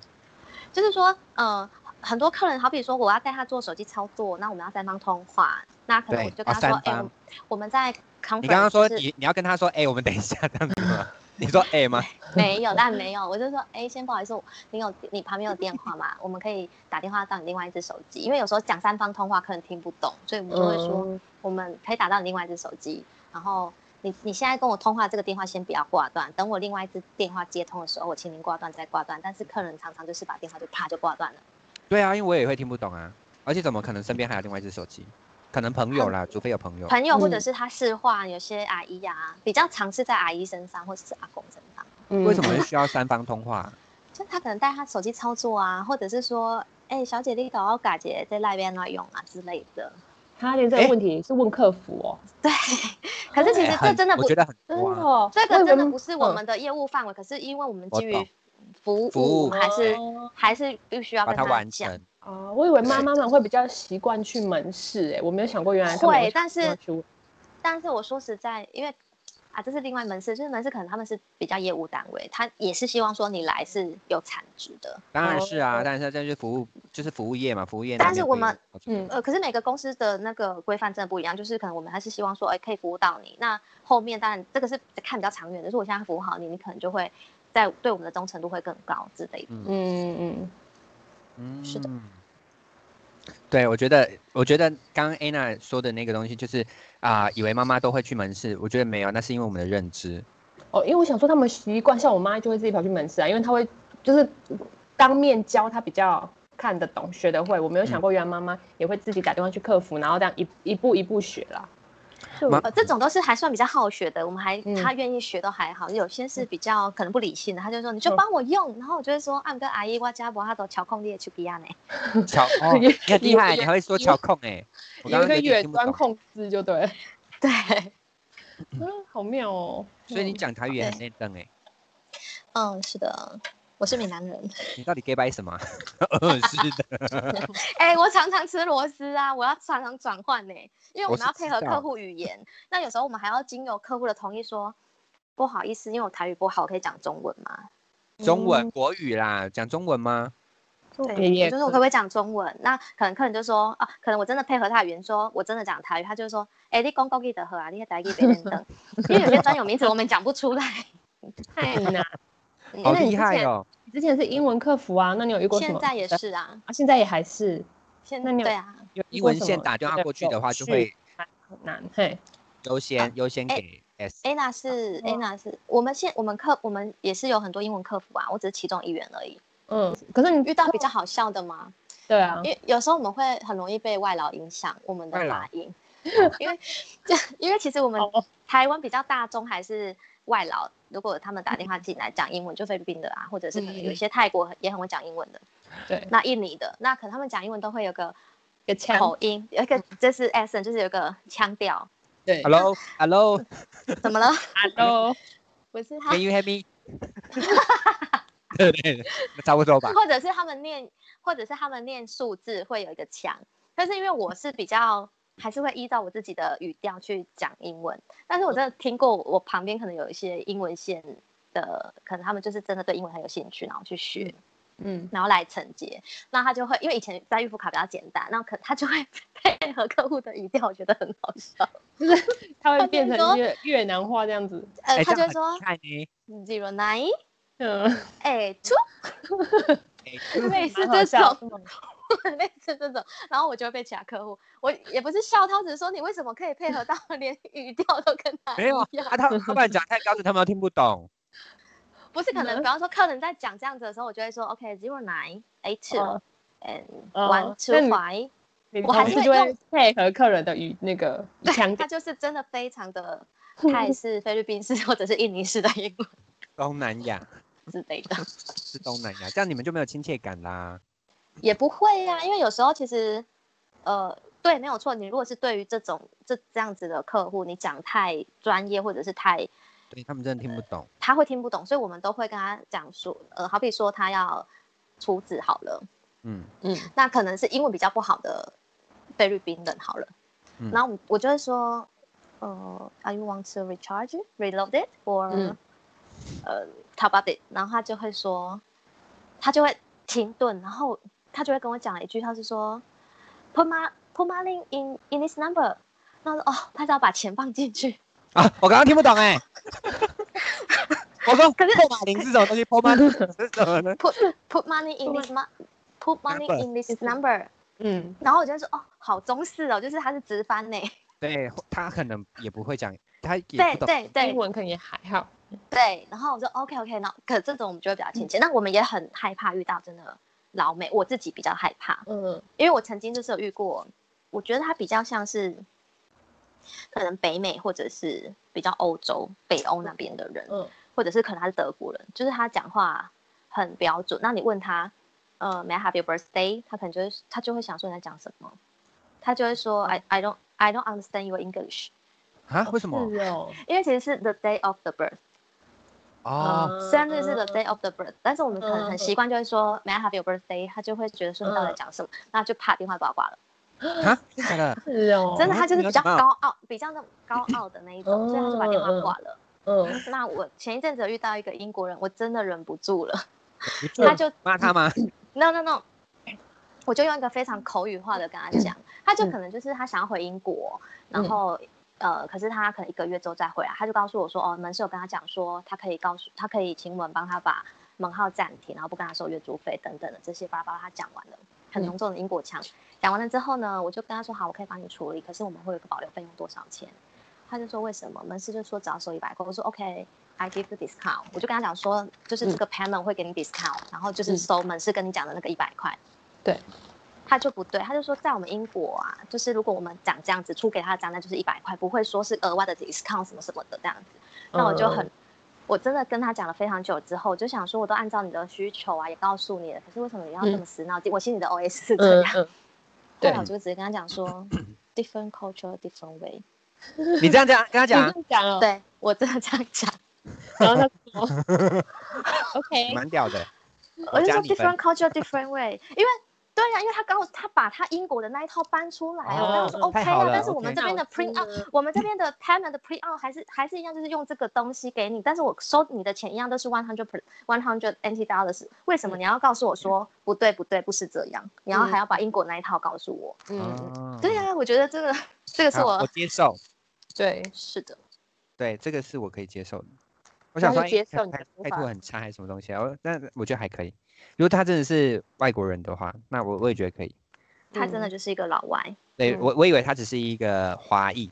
Speaker 3: 就是说，呃，很多客人，好比说我要带他做手机操作，那我们要三方通话，那可能
Speaker 1: 对
Speaker 3: 我就
Speaker 1: 啊
Speaker 3: 跟他说，
Speaker 1: 三
Speaker 3: 哎、
Speaker 1: 方
Speaker 3: 我我们在 conference，
Speaker 1: 你刚刚说
Speaker 3: 就是
Speaker 1: 你你要跟他说，哎，我们等一下这样子吗？
Speaker 5: 你说 A 吗？
Speaker 3: 没有，但没有，我就说，哎、先不好意思，你有你旁边有电话吗？我们可以打电话到你另外一只手机，因为有时候讲三方通话客人听不懂，所以
Speaker 2: 嗯
Speaker 3: 我们就会说，我们可以打到你另外一只手机，然后你你现在跟我通话这个电话先不要挂断，等我另外一只电话接通的时候，我请您挂断再挂断。但是客人常常就是把电话就啪就挂断了，
Speaker 5: 对啊，因为我也会听不懂啊，而且怎么可能身边还有另外一只手机？可能朋友啦，除非有朋友。
Speaker 3: 朋友或者
Speaker 4: 嗯
Speaker 3: 是他市话，有些阿姨呀、啊，比较常是在阿姨身上或者是阿公身上。
Speaker 4: 嗯
Speaker 5: 为什么会需要三方通话？
Speaker 3: 就他可能带他手机操作啊，或者是说，哎、小姐你搞到嘎姐在那边来用啊之类的。
Speaker 2: 他连这个
Speaker 5: 诶
Speaker 2: 问题是问客服哦，
Speaker 3: 对，可 *laughs* 是其
Speaker 5: 哎
Speaker 3: 实这
Speaker 5: 很
Speaker 3: 真的
Speaker 5: 我
Speaker 3: 不，
Speaker 5: 觉得很
Speaker 2: 真
Speaker 5: 多
Speaker 2: 的
Speaker 5: 啊。
Speaker 2: 哦，
Speaker 3: 这个
Speaker 2: 我以为
Speaker 3: 真的不是我
Speaker 2: 嗯
Speaker 3: 们的业务范围。可是因为我们
Speaker 5: 我
Speaker 3: 基于
Speaker 5: 懂
Speaker 3: 服
Speaker 5: 服务
Speaker 3: 务，还是
Speaker 2: 哦
Speaker 3: 还是必须要
Speaker 5: 把
Speaker 3: 跟
Speaker 5: 它
Speaker 3: 他
Speaker 5: 完
Speaker 3: 讲。
Speaker 5: 成。
Speaker 2: 啊，我以为妈妈们会比较习惯去门市、哎，我没有想过原来他们
Speaker 3: 会但是
Speaker 2: 要去问
Speaker 3: 但是我说实在，因为啊，这是另外门市，就是门市可能他们是比较业务单位，他也是希望说你来是有产值的。
Speaker 5: 当然
Speaker 2: 哦
Speaker 5: 是啊，但是这就是服务，就是服务业嘛，服务业难
Speaker 3: 但是
Speaker 5: 免
Speaker 3: 我
Speaker 5: 会有
Speaker 3: 们
Speaker 5: 好处的。
Speaker 4: 嗯
Speaker 3: 呃，可是每个公司的那个规范真的不一样，就是可能我们还是希望说，哎、可以服务到你。那后面当然这个是看比较长远的，就是我现在服务好你，你可能就会在对我们的忠诚度会更高之类的。
Speaker 4: 嗯嗯
Speaker 5: 嗯，
Speaker 3: 是的。
Speaker 5: 对，我觉得，我觉得刚刚 Anna 说的那个东西，就是啊、以为妈妈都会去门市，我觉得没有，那是因为我们的认知。
Speaker 2: 哦，因为我想说他们习惯，像我妈就会自己跑去门市啊，因为她会就是当面教她比较看得懂、学得会。我没有想过原来妈妈也会自己打电话去客服，然后这样一一步一步学啦。就
Speaker 5: 妈
Speaker 3: 呃，这种都是还算比较好学的，我们还、
Speaker 4: 嗯
Speaker 3: 他愿意学都还好，有些是比较可能不理性的，他就说你就
Speaker 2: 嗯
Speaker 3: 帮我用，然后我就会说啊，跟阿姨我家伯他都调控你的去比亚呢，
Speaker 5: 巧，哦、你
Speaker 2: 也
Speaker 5: 很厉害，
Speaker 2: 也
Speaker 5: 你还会说
Speaker 2: 也
Speaker 5: 巧控哎、欸，我刚
Speaker 2: 有
Speaker 5: 刚
Speaker 2: 一个
Speaker 5: 有点
Speaker 2: 远
Speaker 5: 听不
Speaker 2: 端
Speaker 5: 懂。
Speaker 2: 控制就 *laughs* 对了，
Speaker 3: 对，
Speaker 2: 嗯，好妙 *laughs* 哦。
Speaker 5: 所以你
Speaker 2: 嗯
Speaker 5: 讲台语也很内瞪哎、
Speaker 3: *laughs* 嗯，是的，我是闽南人，
Speaker 5: 你到底 gay 掰什么啊？ *laughs* 嗯，是的，
Speaker 3: *laughs* 哎、我常常吃螺丝啊，我要常常转换呢，因为我
Speaker 5: 我
Speaker 3: 们
Speaker 5: 是
Speaker 3: 要配合
Speaker 5: 知道
Speaker 3: 客户语言。那有时候我们还要经由客户的同意说，不好意思，因为我台语不好，我可以讲中文吗？
Speaker 5: 中文国语啦，讲中文吗？
Speaker 2: 也
Speaker 3: 对，
Speaker 2: 也
Speaker 3: 我就说我可不可以讲中文？那可能客人就说啊，可能我真的配合他的语言，说我真的讲台语，他就说，哎、你讲国语的好啊，你那台语别人
Speaker 2: *laughs*
Speaker 3: 等，因为有些专有名词我们讲不出来。
Speaker 2: 太难。
Speaker 3: 嗯
Speaker 5: 好
Speaker 2: 那你
Speaker 5: 厉
Speaker 2: 之
Speaker 5: 害
Speaker 2: 前
Speaker 5: 哦！
Speaker 2: 你之前是英文客服啊，那你有遇过什么？
Speaker 3: 现在也，是啊，
Speaker 2: 啊，现在也还是
Speaker 3: 现
Speaker 2: 那你有
Speaker 3: 对啊，
Speaker 5: 因为
Speaker 2: 遇
Speaker 5: 英
Speaker 2: 过
Speaker 5: 文
Speaker 2: 什
Speaker 5: 线
Speaker 2: 么
Speaker 5: 打电话
Speaker 2: 觉得
Speaker 5: 过去的
Speaker 2: 有
Speaker 5: 话，就
Speaker 2: 趣
Speaker 5: 会
Speaker 2: 很难。嘿，
Speaker 5: 优先优先
Speaker 3: 哎
Speaker 5: 给 S。
Speaker 3: Anna 是
Speaker 2: 嗯
Speaker 3: Anna 是我们现我们客我们也是有很多英文客服啊，我只是其中一员而已。
Speaker 2: 嗯，可是你
Speaker 3: 遇到比较好笑的吗？
Speaker 2: 对啊，
Speaker 3: 因为有时候我们会很容易被外劳影响我们的
Speaker 5: 外劳
Speaker 3: 发
Speaker 2: *laughs*
Speaker 3: 音，因为因为其实我们
Speaker 2: 哦
Speaker 3: 台湾比较大众还是外劳，如果他们打电话进来讲英文，就菲律宾的啊，或者是可能有一些泰国也很会讲英文的，
Speaker 2: 嗯对，
Speaker 3: 那印尼的，那可能他们讲英文都会有个
Speaker 2: 一个腔嗯
Speaker 3: 口音，有一个这是 accent，就是有个腔调，
Speaker 2: 对
Speaker 5: Hello Hello，
Speaker 3: 怎么了？
Speaker 2: ，Hello，
Speaker 3: 不是他 *laughs*
Speaker 5: Can you hear me？对对，对差不多吧。
Speaker 3: 或者是他们念，或者是他们念数字会有一个腔，但是因为我是比较还是会依照我自己的语调去讲英文，但是我真的听过我旁边可能有一些英文线的，可能他们就是真的对英文很有兴趣，然后去学，
Speaker 4: 嗯
Speaker 3: 然后来承接，那他就会因为以前在预付卡比较简单，那可他就会 *laughs* 配合客户的语调，我觉得很好笑，
Speaker 2: 它
Speaker 3: 他
Speaker 2: 会
Speaker 3: 就
Speaker 2: 变
Speaker 3: 说
Speaker 2: 成越越南话这样子。
Speaker 3: 呃，
Speaker 5: 哎
Speaker 3: 他
Speaker 5: 这
Speaker 3: 就
Speaker 5: 样
Speaker 3: 会说
Speaker 5: 很厉害
Speaker 1: *laughs*
Speaker 5: 呢。
Speaker 3: zero nine，
Speaker 2: 嗯，
Speaker 3: *laughs* 哎
Speaker 5: *laughs*
Speaker 3: two，
Speaker 5: 哎
Speaker 2: *laughs*
Speaker 3: 类似
Speaker 2: 蛮好
Speaker 3: 这
Speaker 2: 笑
Speaker 3: 种。 *laughs* 类似这种，然后我就会被其他客户，我也不是笑他，只是说你为什么可以配合到 *laughs* 连语调都跟他
Speaker 5: 没有
Speaker 3: *laughs*
Speaker 5: 啊
Speaker 3: 一样，
Speaker 5: 啊，他他们讲太标准，他们都听不懂。
Speaker 3: 不是可能，比方说客人在讲这样子的时候，我就会说 OK zero nine eight two
Speaker 2: 哦
Speaker 3: and
Speaker 2: 哦
Speaker 3: one two
Speaker 2: 那你
Speaker 3: five，
Speaker 2: 你
Speaker 3: 我还
Speaker 2: 同事
Speaker 3: 是会
Speaker 2: 就会
Speaker 3: 用
Speaker 2: 配合客人的语那
Speaker 3: *laughs*
Speaker 2: 个腔
Speaker 3: 他
Speaker 2: 调。
Speaker 3: 就是真的非常的泰式、菲律宾式或者是印尼式的英文
Speaker 5: 东南亚
Speaker 3: 之类的，
Speaker 5: 是东南亚，这样你们就没有亲切感啦。
Speaker 3: 也不会啊呀、因为有时候其实呃。对，没有错。你如果是对于这种这这样子的客户，你讲太专业或者是太
Speaker 5: 对他们真的听不懂。
Speaker 3: 他会听不懂，所以我们都会跟他讲说，呃，好比说他要出字好了，
Speaker 5: 嗯，
Speaker 4: 嗯
Speaker 3: 那可能是英文比较不好的菲律宾人好了，
Speaker 5: 嗯
Speaker 3: 然后我们我就会说，呃，Are you want to recharge, reload it, or、
Speaker 4: 嗯
Speaker 3: 呃 top up it？然后他就会说，他就会停顿，然后他就会跟我讲一句，他是说，Put my put my link in in this number。那我说哦，他只要把钱放进去，
Speaker 5: 啊，我刚刚听不懂哎、
Speaker 1: *laughs* 我说
Speaker 3: 可是
Speaker 1: 破马林是什么东西？破马林是什么呢？ *laughs*
Speaker 3: put put money in this mo- put money in this number，
Speaker 6: 嗯，
Speaker 3: 然后我就说哦，好中式哦，就是他是直翻呢，
Speaker 1: 对他可能也不会讲，他也
Speaker 3: 对
Speaker 1: 不懂。
Speaker 3: 对对
Speaker 2: 英文可能也还好。
Speaker 3: 对，然后我说 OK OK，那可这种我们就会比较
Speaker 2: 嗯
Speaker 3: 亲切，但我们也很害怕遇到真的老美，我自己比较害怕，
Speaker 2: 嗯
Speaker 3: 因为我曾经就是有遇过，我觉得它比较像是可能北美或者是比较欧洲北欧那边的人，
Speaker 2: 嗯
Speaker 3: 或者是可能他是德国人，就是他讲话很标准。那你问他，呃，May I have your birthday？他可能就会他就会想说你在讲什么，他就会说 I I don't I don't understand your English，
Speaker 1: 啊，为什么？
Speaker 2: 是哦，
Speaker 3: 因为其实是 the day of the birth，
Speaker 1: 哦，
Speaker 3: 虽然这嗯是
Speaker 2: 啊
Speaker 3: the day of the birth，但是我们可能
Speaker 2: 嗯
Speaker 3: 很习惯就会说 May I have your birthday？他就会觉得说你到底在讲什么，那就啪电话挂挂了。
Speaker 1: 啊，真的假的？
Speaker 2: 是哦，
Speaker 3: 真的，
Speaker 1: 哦
Speaker 3: 他就是
Speaker 1: 你要
Speaker 3: 比较
Speaker 1: 怎么
Speaker 3: 高傲，比较那种高傲的那一种，所以他就把电话挂了。
Speaker 2: 嗯，
Speaker 3: 那我前一阵子有遇到一个英国人，我真的忍不住了，
Speaker 1: 你不
Speaker 2: 嗯
Speaker 3: 他就
Speaker 1: 骂他吗？
Speaker 3: no no no，我就用一个非常口语化的跟他讲，他就可能就是他想要回英国，然后。呃，可是他可能一个月之后再回来，他就告诉我说，哦，门市有跟他讲说，他可以告诉他可以请我们帮他把门号暂停，然后不跟他收月租费等等的这些巴拉巴拉，他讲完了，很浓重的英国腔。讲完了之后呢，我就跟他说，好，我可以帮你处理，可是我们会有一个保留费用多少钱？他就说为什么？门市就说只要收一百块，我说 OK。I give you discount，我就跟他讲说，就是
Speaker 2: 嗯
Speaker 3: 这个 payment 会给你 discount，、然后就是收门市跟你讲的那个一百块。
Speaker 6: 对，
Speaker 3: 他就不对，他就说在我们英国啊，就是如果我们讲这样子出给他的账单就是一百块，不会说是额外的 discount 什么什么的这样子。那我就
Speaker 2: 嗯
Speaker 3: 很，我真的跟他讲了非常久之后，我就想说我都按照你的需求啊，也告诉你了，可是为什么你要这么死脑筋？我心里的 OS 是这
Speaker 2: 嗯
Speaker 3: 样，
Speaker 2: 嗯，
Speaker 3: 后
Speaker 2: 对
Speaker 3: 来我就直接跟他讲说 different culture different way，
Speaker 1: 你这样讲，跟他
Speaker 2: 这
Speaker 1: 讲
Speaker 2: 样讲哦，
Speaker 3: 对我真的这样讲。
Speaker 2: 然后他说
Speaker 1: *laughs*
Speaker 2: ，OK，
Speaker 1: 蛮屌的。
Speaker 3: 我就
Speaker 1: 加
Speaker 3: 说
Speaker 1: 你分
Speaker 3: different culture different way，因为对啊呀、因为他刚好他把他英国的那一套搬出来啊，我
Speaker 1: 哦
Speaker 3: 刚说 OK
Speaker 1: 太好
Speaker 3: 啊
Speaker 1: 了，
Speaker 3: 但是我
Speaker 1: OK
Speaker 3: 们这边
Speaker 2: 嗯
Speaker 3: 的 print out，我们这边的 payment 的 print out 还是还是一样，就是用这个东西给你，但是我收你的钱一样都是 one hundred per one hundred NT dollars，为
Speaker 1: 嗯
Speaker 3: 什么你要告诉我说不对不对不是这样，你要还要把英国那一套告诉我？
Speaker 6: 嗯，
Speaker 1: 哦
Speaker 3: 对啊呀、我觉得这个这个是
Speaker 1: 好
Speaker 3: 我
Speaker 1: 啊我接受，
Speaker 6: 对，
Speaker 3: 是的，
Speaker 1: 对，这个是我可以接受的。我
Speaker 2: 那
Speaker 1: 想
Speaker 2: 就
Speaker 1: 说，哎
Speaker 2: 接受你的
Speaker 1: 态
Speaker 2: 说
Speaker 1: 态
Speaker 2: 法
Speaker 1: 度很差还是什么东西啊？我那我觉得还可以。如果他真的是外国人的话，那我我也觉得可以。
Speaker 3: 他
Speaker 1: 嗯
Speaker 2: 嗯
Speaker 3: 真的就是一个老外
Speaker 1: 对
Speaker 6: 嗯
Speaker 1: 我我以为他只是一个华裔，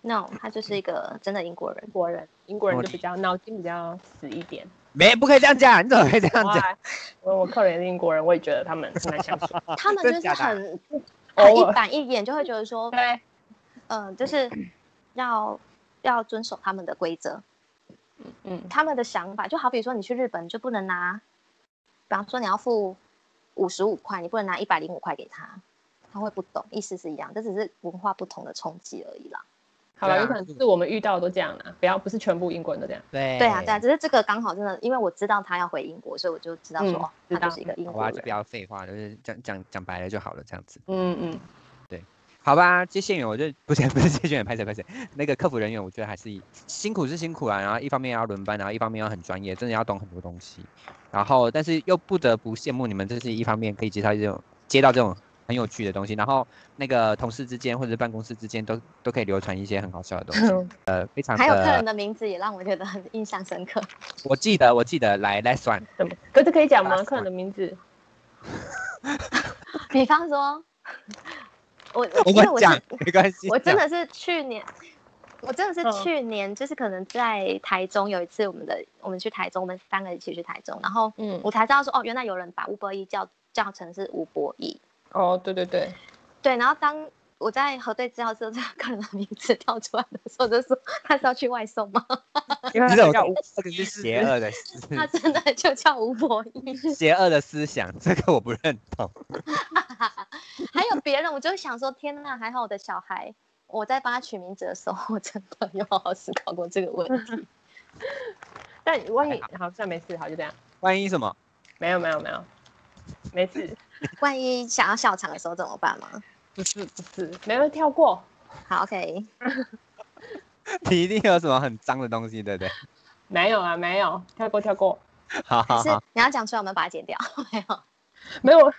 Speaker 3: ，no，他就是一个真的英国人
Speaker 2: 英。国人，英国人
Speaker 1: 我
Speaker 2: 就比较脑筋比较死一点。
Speaker 1: 没不可以这样讲，你怎么可以这样讲？
Speaker 2: 哇，我我客人也是英国人，我也觉得他们很难 *laughs* 相处。
Speaker 3: 他们
Speaker 1: 真
Speaker 3: 就是
Speaker 1: 假的啊
Speaker 3: 很很
Speaker 2: 偶
Speaker 3: 一
Speaker 2: 尔
Speaker 3: 板一眼，就会觉得说，
Speaker 2: 对，
Speaker 3: 嗯，就是要要遵守他们的规则，
Speaker 6: 嗯
Speaker 3: 他们的想法就好比说，你去日本你就不能拿，比方说你要付五十五块，你不能拿一百零五块给他，他会不懂，意思是一样，这只是文化不同的冲击而已啦。
Speaker 2: 好了，
Speaker 1: 对啊
Speaker 2: 有可能是我们遇到的都这样啦，不要不是全部英国人都这样。
Speaker 1: 对
Speaker 3: 对啊，对啊，。只是这个刚好真的，因为我知道他要回英国，所以我就知道说，
Speaker 2: 嗯
Speaker 3: 哦，
Speaker 2: 知
Speaker 3: 他就
Speaker 2: 道
Speaker 3: 是一个英
Speaker 1: 好
Speaker 3: 国
Speaker 1: 吧，就不
Speaker 3: 人。
Speaker 1: 要废话，就是讲讲讲白了就好了，这样子。
Speaker 2: 嗯嗯，
Speaker 1: 好吧，接线员我就不是不 *laughs* 是接线员，拍谁拍谁，那个客服人员我觉得还是辛苦是辛苦啊，然后一方面要轮班，然后一方面要很专业，真的要懂很多东西，然后但是又不得不羡慕你们，这是一方面可以接到这种接到这种很有趣的东西，然后那个同事之间或者是办公室之间都都可以流传一些很好笑的东西，呃，非常
Speaker 3: 嗯还有客
Speaker 1: 的
Speaker 3: 人，的名字也让我觉得很印象深刻。 *laughs*
Speaker 1: 我记得我记得来来算，
Speaker 2: 怎么？可是可以讲
Speaker 1: 啊
Speaker 2: 吗？客人的名字？
Speaker 3: 比方说，我
Speaker 1: 我
Speaker 3: 因为
Speaker 1: 们
Speaker 3: 我是
Speaker 1: 讲没关系，
Speaker 3: 我真
Speaker 1: 讲
Speaker 3: 的是去年，我真的是
Speaker 2: 嗯
Speaker 3: 去年，就是可能在台中有一次，我们的我们去台中，我们三个一起去台中，然后
Speaker 6: 嗯，
Speaker 3: 我才知道说，哦，原来有人把吴伯义叫叫成是吴伯义，
Speaker 2: 哦，对对对，
Speaker 3: 对，然后当。我在核对资料之 *laughs* 后，这个客人的名字跳出来的时候，我就说他是要去外送吗？
Speaker 2: *laughs*
Speaker 3: *laughs*
Speaker 2: 因为
Speaker 1: 这
Speaker 2: 他
Speaker 1: 种
Speaker 2: 比较无
Speaker 1: 这个是邪恶的思
Speaker 3: 他真的就叫吴伯义。
Speaker 1: 邪恶的思想，这个我不认同。
Speaker 3: *laughs*
Speaker 1: *laughs*
Speaker 3: 还有别人，我就想说，天呐，还好我的小孩，我在帮他取名字的时候，我 *laughs* 真的有好好思考过这个问题。
Speaker 2: 但万一
Speaker 1: 还
Speaker 2: 好，算没事，好就这样。
Speaker 1: 万一什么？
Speaker 2: 没有没有没有，没事，
Speaker 3: 万一想要笑场的时候怎么办吗？
Speaker 2: 不是不是，没有跳过。
Speaker 3: 好，OK，
Speaker 1: *laughs* 你一定有什么很脏的东西，对不 *laughs* 对？
Speaker 2: 没有啊，没有跳过跳过，
Speaker 1: 好好
Speaker 3: 还是
Speaker 1: 好，
Speaker 3: *laughs* 你要讲出来，我们把它剪掉。没有，
Speaker 2: 没有。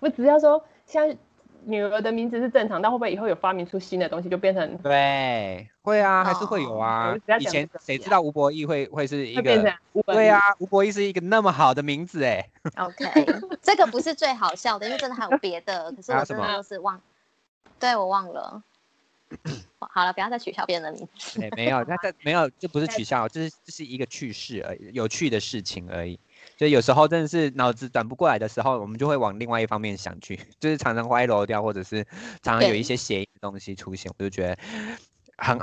Speaker 2: 我只是要说，现在女儿的名字是正常，但会不会以后有发明出新的东西，就变成
Speaker 1: 对，会啊，还是会有啊
Speaker 2: 哦我只要。
Speaker 1: 以
Speaker 2: 讲
Speaker 1: 前
Speaker 2: 这个
Speaker 1: 谁
Speaker 2: 而已
Speaker 1: 知
Speaker 2: 啊
Speaker 1: 道吴博义会会是一
Speaker 2: 会变成
Speaker 1: 个？
Speaker 2: 吴本
Speaker 1: 对
Speaker 2: 义
Speaker 1: 啊，，吴博义是一个那么好的名字哎，
Speaker 3: OK，这 *laughs* 个不是最好笑的，因为真的还有别的，可是
Speaker 1: 还有
Speaker 3: 我
Speaker 1: 啊什
Speaker 3: 真的
Speaker 1: 么
Speaker 3: 就是忘，对我忘了。好了，不要再取笑别人的名字。
Speaker 1: 对，没有，那这没有，这
Speaker 3: *laughs*
Speaker 1: 不是
Speaker 2: 在
Speaker 1: 取笑，这是这是一个趣事而已，有趣的事情而已。所以有时候真的是脑子转不过来的时候，我们就会往另外一方面想去， *laughs* 就是常常歪楼掉，或者是常常有
Speaker 3: 对
Speaker 1: 一些谐音的东西出现，我就觉得很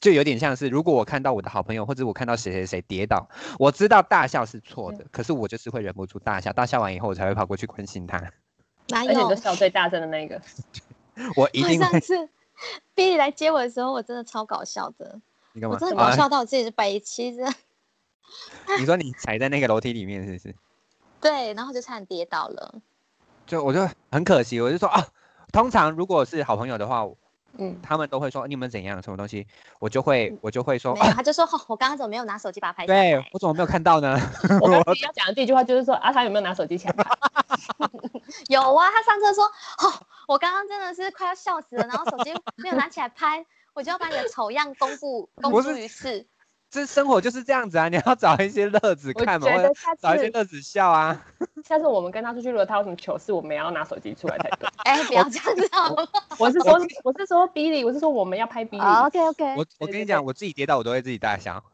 Speaker 1: 就有点像是，如果我看到我的好朋友，或者我看到谁谁谁跌倒，我知道大笑是错的，可是我就是会忍不住大笑，大笑完以后我才会跑过去关心他， *laughs*
Speaker 3: 哪
Speaker 2: 而且你
Speaker 3: 有
Speaker 2: 就？笑最大声的那一个，
Speaker 1: 我一
Speaker 3: 我
Speaker 1: 定会
Speaker 3: 上。次 Billy 来接我的时候，我真的超搞笑的，
Speaker 1: 你干
Speaker 3: 我
Speaker 1: 嘛？
Speaker 3: 真的
Speaker 1: 啊
Speaker 3: 搞笑到我自己是北七真的。
Speaker 1: 你说你踩在那个楼梯里面是不是？
Speaker 3: 对，然后就差点跌倒了。
Speaker 1: 就我就很可惜，我就说啊，通常如果是好朋友的话，
Speaker 2: 嗯，
Speaker 1: 他们都会说你们怎样什么东西，我就会我就会说
Speaker 3: 没有，
Speaker 1: 啊，
Speaker 3: 他就说：“哦，我刚刚怎么没有拿手机把它拍下来
Speaker 1: 对我怎么没有看到呢？
Speaker 2: *laughs* 我刚刚要讲的第一句话就是说啊，他有没有拿手机起
Speaker 1: *laughs*
Speaker 2: 来看？
Speaker 3: 有啊，他上车说：“哦，我刚刚真的是快要笑死了，然后手机没有拿起来拍，我就要把你的丑样公布公
Speaker 1: *laughs* 不
Speaker 3: 诸
Speaker 1: 是
Speaker 3: 于世。
Speaker 1: 这生活就是这样子啊，你要找一些乐子
Speaker 2: 我
Speaker 1: 看嘛，
Speaker 2: 觉
Speaker 1: 或者
Speaker 2: 得下
Speaker 1: 找一些
Speaker 2: 次
Speaker 1: 乐子笑啊。
Speaker 2: 下次我们跟他出去，如果他有什么糗事，我们也要拿手机出来才
Speaker 1: *laughs*
Speaker 2: 对。
Speaker 3: 哎，不要这样子好吗
Speaker 2: 我是说我是说 Billy，我是说我们要拍 Billy，
Speaker 3: ？OK OK，
Speaker 1: 我我
Speaker 2: 对
Speaker 1: 跟
Speaker 2: 对
Speaker 1: 你讲，我自己跌倒我都会自己大笑，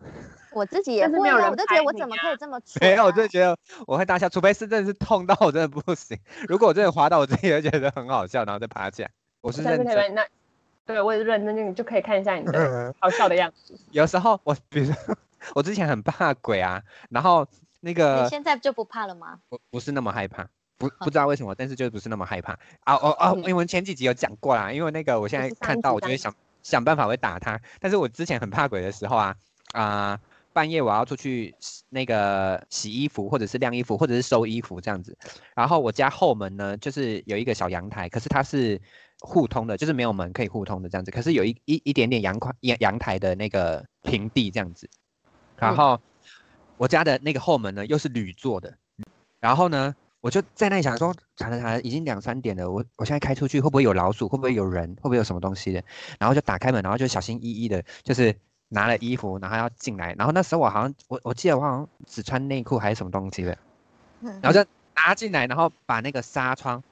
Speaker 3: 我自己也
Speaker 2: 但是没
Speaker 3: 会
Speaker 2: 有
Speaker 3: 啊，
Speaker 2: 人
Speaker 3: 我都觉得
Speaker 2: 拍
Speaker 3: 我
Speaker 2: 你
Speaker 3: 怎么可以这么蠢、啊？
Speaker 1: *laughs* 没有，我真的觉得我会大笑，除非是真的是痛到我真的不行。如果我真的滑倒，我自己会觉得很好笑，然后再爬起来。我是
Speaker 2: 下次
Speaker 1: 认
Speaker 2: 可以把
Speaker 1: 真，嗯
Speaker 2: 你那，对我也是认真，你就可以看一下你的好笑的样
Speaker 3: *laughs*
Speaker 2: 子。
Speaker 1: 有时候我比如说 *laughs* 我之前很怕鬼啊，然后那个
Speaker 3: 你现在就不怕了吗？
Speaker 1: 不不是那么害怕，不
Speaker 3: 好
Speaker 1: 不知道为什么，但是就是不是那么害怕啊哦哦，
Speaker 2: 嗯
Speaker 1: 因为我前几集有讲过啦，因为那个我现在
Speaker 2: 就是上
Speaker 1: 看
Speaker 2: 一
Speaker 1: 到
Speaker 2: 集
Speaker 1: 我就
Speaker 2: 上
Speaker 1: 会
Speaker 2: 一
Speaker 1: 想想办法会打他，但是我之前很怕鬼的时候啊啊、半夜我要出去洗那个洗衣服或者是晾衣服或者是收衣服这样子，然后我家后门呢就是有一个小阳台，可是它是互通的，就是没有门可以互通的这样子，可是有一一一点点阳光阳阳台的那个平地这样子，然
Speaker 2: 嗯
Speaker 1: 后我家的那个后门呢又是铝做的，然后呢，我就在那里想说，查了查，已经两三点了，我我现在开出去会不会有老鼠？会不会有人？会不会有什么东西的？然后就打开门，然后就小心翼翼的，就是拿了衣服，然后要进来。然后那时候我好像我我记得我好像只穿内裤还是什么东西的，
Speaker 3: 嗯
Speaker 1: 然后就拿进来，然后把那个纱窗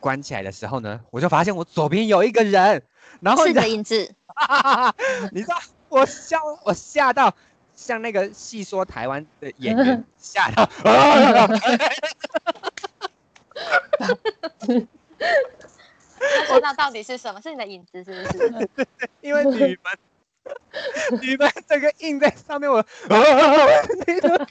Speaker 1: 关起来的时候呢，我就发现我左边有一个人，然后你
Speaker 3: 是
Speaker 1: 知道
Speaker 3: *laughs* 的，影子，
Speaker 1: 你知道我笑，我吓到像那个戏说台湾的演
Speaker 3: *laughs*
Speaker 1: 员吓到，啊
Speaker 3: 他说那到底是什么？是你的影子是不是？
Speaker 1: 因为铝
Speaker 3: *laughs*
Speaker 1: 门，铝门整个印在上面，我那个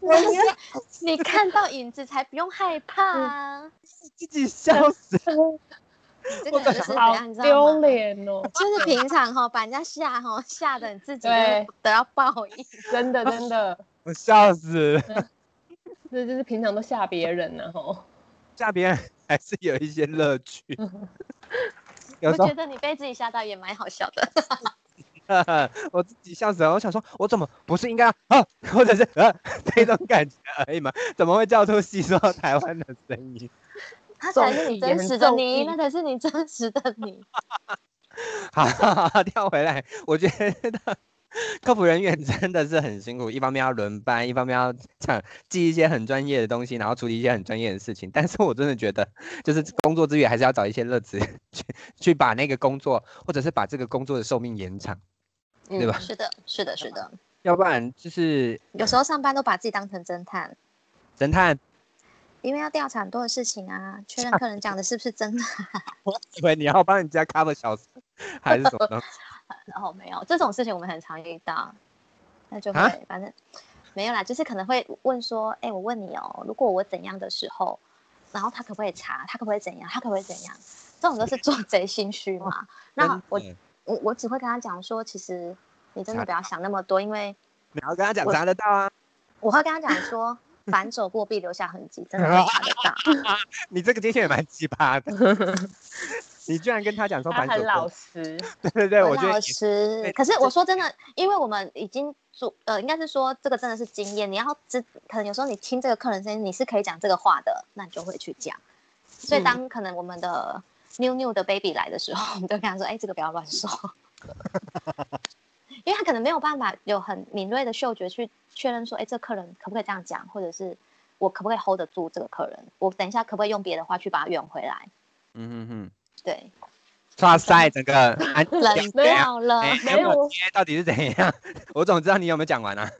Speaker 1: 我吓
Speaker 3: 你看到影子才不用害怕啊！
Speaker 1: 自己笑死，
Speaker 3: 你这
Speaker 1: 我
Speaker 3: 个
Speaker 1: 感
Speaker 3: 人就是怎
Speaker 2: 好
Speaker 3: 样，你知道
Speaker 2: 丢
Speaker 3: 吗？
Speaker 2: 脸哦！
Speaker 3: 就是平常哈、把人家吓哈、吓得你自己
Speaker 2: 对
Speaker 3: 就得到报应。
Speaker 2: 真的真的，
Speaker 1: 我笑死了，
Speaker 2: 这就是平常都吓别人然后
Speaker 1: 吓别人还是有一些乐
Speaker 3: *laughs*
Speaker 1: 趣，有
Speaker 3: 我
Speaker 1: 时候 *laughs*
Speaker 3: 觉得你被自己吓到也蛮好笑的。
Speaker 1: 我自己笑死了，我想说，我怎么不是应该啊， *laughs* 或者是啊这种感觉而已嘛，怎么会叫出戏说台湾的声音？
Speaker 3: 他才是
Speaker 2: 综
Speaker 3: 你
Speaker 2: 艺也
Speaker 3: 真
Speaker 2: 很
Speaker 3: 实的
Speaker 2: 综
Speaker 3: 你，
Speaker 2: 艺
Speaker 3: 那才是你真实的你。
Speaker 1: 好好，好 *laughs* 跳回来，我觉得科普人员真的是很辛苦，一方面要轮班，一方面要讲记一些很专业的东西，然后处理一些很专业的事情。但是我真的觉得，就是工作之余还是要找一些乐子 *laughs* 去去把那个工作，或者是把这个工作的寿命延长，对吧？
Speaker 3: 嗯是的，是的，是的。
Speaker 1: 要不然就是
Speaker 3: 有时候上班都把自己当成侦探，
Speaker 1: 侦探， *laughs*
Speaker 3: 因为要调查很多的事情啊，确认客人讲的是不是真的。 *laughs*
Speaker 1: 我以为你要帮人家 cover 小时还是什么东西
Speaker 3: 然后没有这种事情，我们很常遇到，那就
Speaker 1: 啊
Speaker 3: 会反正没有啦，就是可能会问说，哎、我问你哦，如果我怎样的时候，然后他可不可以查，他可不可以怎样，他可不可以怎样，这种都是做贼心虚嘛。那
Speaker 1: 哦真
Speaker 3: 我
Speaker 1: 的
Speaker 3: 我我只会跟他讲说，其实你真的
Speaker 1: 查
Speaker 3: 不要想那么多，因为
Speaker 1: 你要跟他讲
Speaker 3: 我
Speaker 1: 查得到啊，
Speaker 3: 我会跟他讲
Speaker 1: *laughs*
Speaker 3: 说，反手过必留下痕迹，真的会查得到。
Speaker 1: 你这个接线也蛮奇葩的， *laughs* 你居然跟他讲说
Speaker 2: 他
Speaker 1: 反手
Speaker 2: 很
Speaker 1: 过
Speaker 2: 老实，
Speaker 1: 对对对，我
Speaker 3: 我
Speaker 1: 觉得
Speaker 3: 老
Speaker 1: 也
Speaker 3: 师
Speaker 1: 对，
Speaker 3: 可是
Speaker 1: 这
Speaker 3: 我说真的，因为我们已经做，呃，应该是说这个真的是经验，你要知，可能有时候你听这个客人声音，你是可以讲这个话的，那你就会去讲。所
Speaker 1: 嗯
Speaker 3: 以当可能我们的妞妞的 baby 来的时候， *laughs* 我们都跟他说：“哎、这个不要乱
Speaker 1: *laughs*
Speaker 3: 收。”因为他可能没有办法有很敏锐的嗅觉去确认说：“哎、这客人可不可以这样讲，或者是我可不可以 hold 得住这个客人？我等一下可不可以用别的话去把他圆回来
Speaker 1: 嗯哼哼，？”
Speaker 3: 对，
Speaker 1: 哇塞，整
Speaker 2: *laughs*
Speaker 1: 个安
Speaker 3: 冷掉了。
Speaker 1: 哎，
Speaker 2: 没有
Speaker 1: 我今天到底是怎样？我总知道你有没有讲完
Speaker 2: *laughs*
Speaker 1: 啊。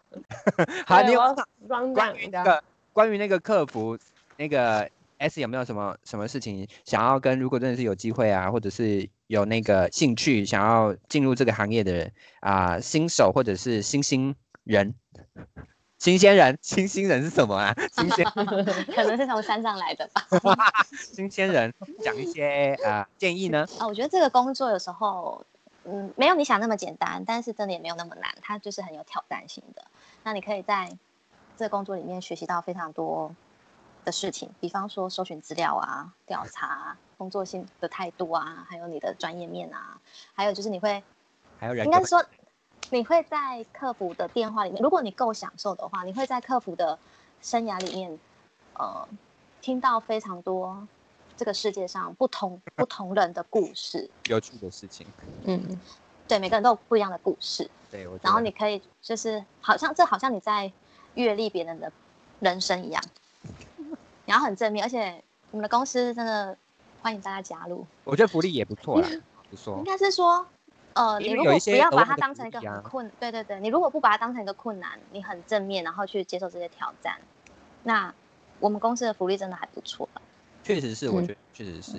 Speaker 1: *laughs* 好，
Speaker 2: 对
Speaker 1: 你有
Speaker 2: 我要 run
Speaker 1: 关于
Speaker 2: down
Speaker 1: 那
Speaker 2: 的，
Speaker 1: 个关于那个客服那个 S 有没有什么什么事情想要跟？如果真的是有机会啊，或者是有那个兴趣想要进入这个行业的人啊、新手或者是新兴人、新鲜人、 *laughs* 新兴人是什么啊？新
Speaker 2: *laughs*
Speaker 1: 鲜
Speaker 3: 可能是从山上来的吧。
Speaker 1: 新鲜人讲一些啊、建议呢？
Speaker 3: 啊，我觉得这个工作有时候，嗯，没有你想那么简单，但是真的也没有那么难，它就是很有挑战性的。那你可以在这个工作里面学习到非常多的事情，比方说搜寻资料啊、调查、啊、工作性的态度啊，还有你的专业面啊，还有就是你会
Speaker 1: 还有人
Speaker 3: 应该是说，你会在客服的电话里面，如果你够享受的话，你会在客服的生涯里面，呃，听到非常多这个世界上不同不同人的故事。
Speaker 1: 有趣的事情，
Speaker 7: 嗯，
Speaker 3: 对，每个人都有不一样的故事。
Speaker 1: 对我觉得
Speaker 3: 然后你可以就是好像这好像你在阅历别人的人生一样，然后很正面，而且我们的公司真的欢迎大家加入。
Speaker 1: 我觉得福利也不错啦，不错
Speaker 3: 应。该是说，呃，
Speaker 1: 哦因
Speaker 3: 你
Speaker 1: 为
Speaker 3: 如
Speaker 1: 有
Speaker 3: 果
Speaker 1: 一
Speaker 3: 不
Speaker 1: 些
Speaker 3: 要
Speaker 1: 额
Speaker 3: 把
Speaker 1: 外
Speaker 3: 它
Speaker 1: 的
Speaker 3: 当
Speaker 1: 鼓
Speaker 3: 成一个
Speaker 1: 励
Speaker 3: 很
Speaker 1: 啊
Speaker 3: 困，对对对，你如果不把它当成一个困难，你很正面，然后去接受这些挑战，那我们公司的福利真的还不错。
Speaker 1: 确实是，我
Speaker 2: 嗯
Speaker 1: 觉得确实是。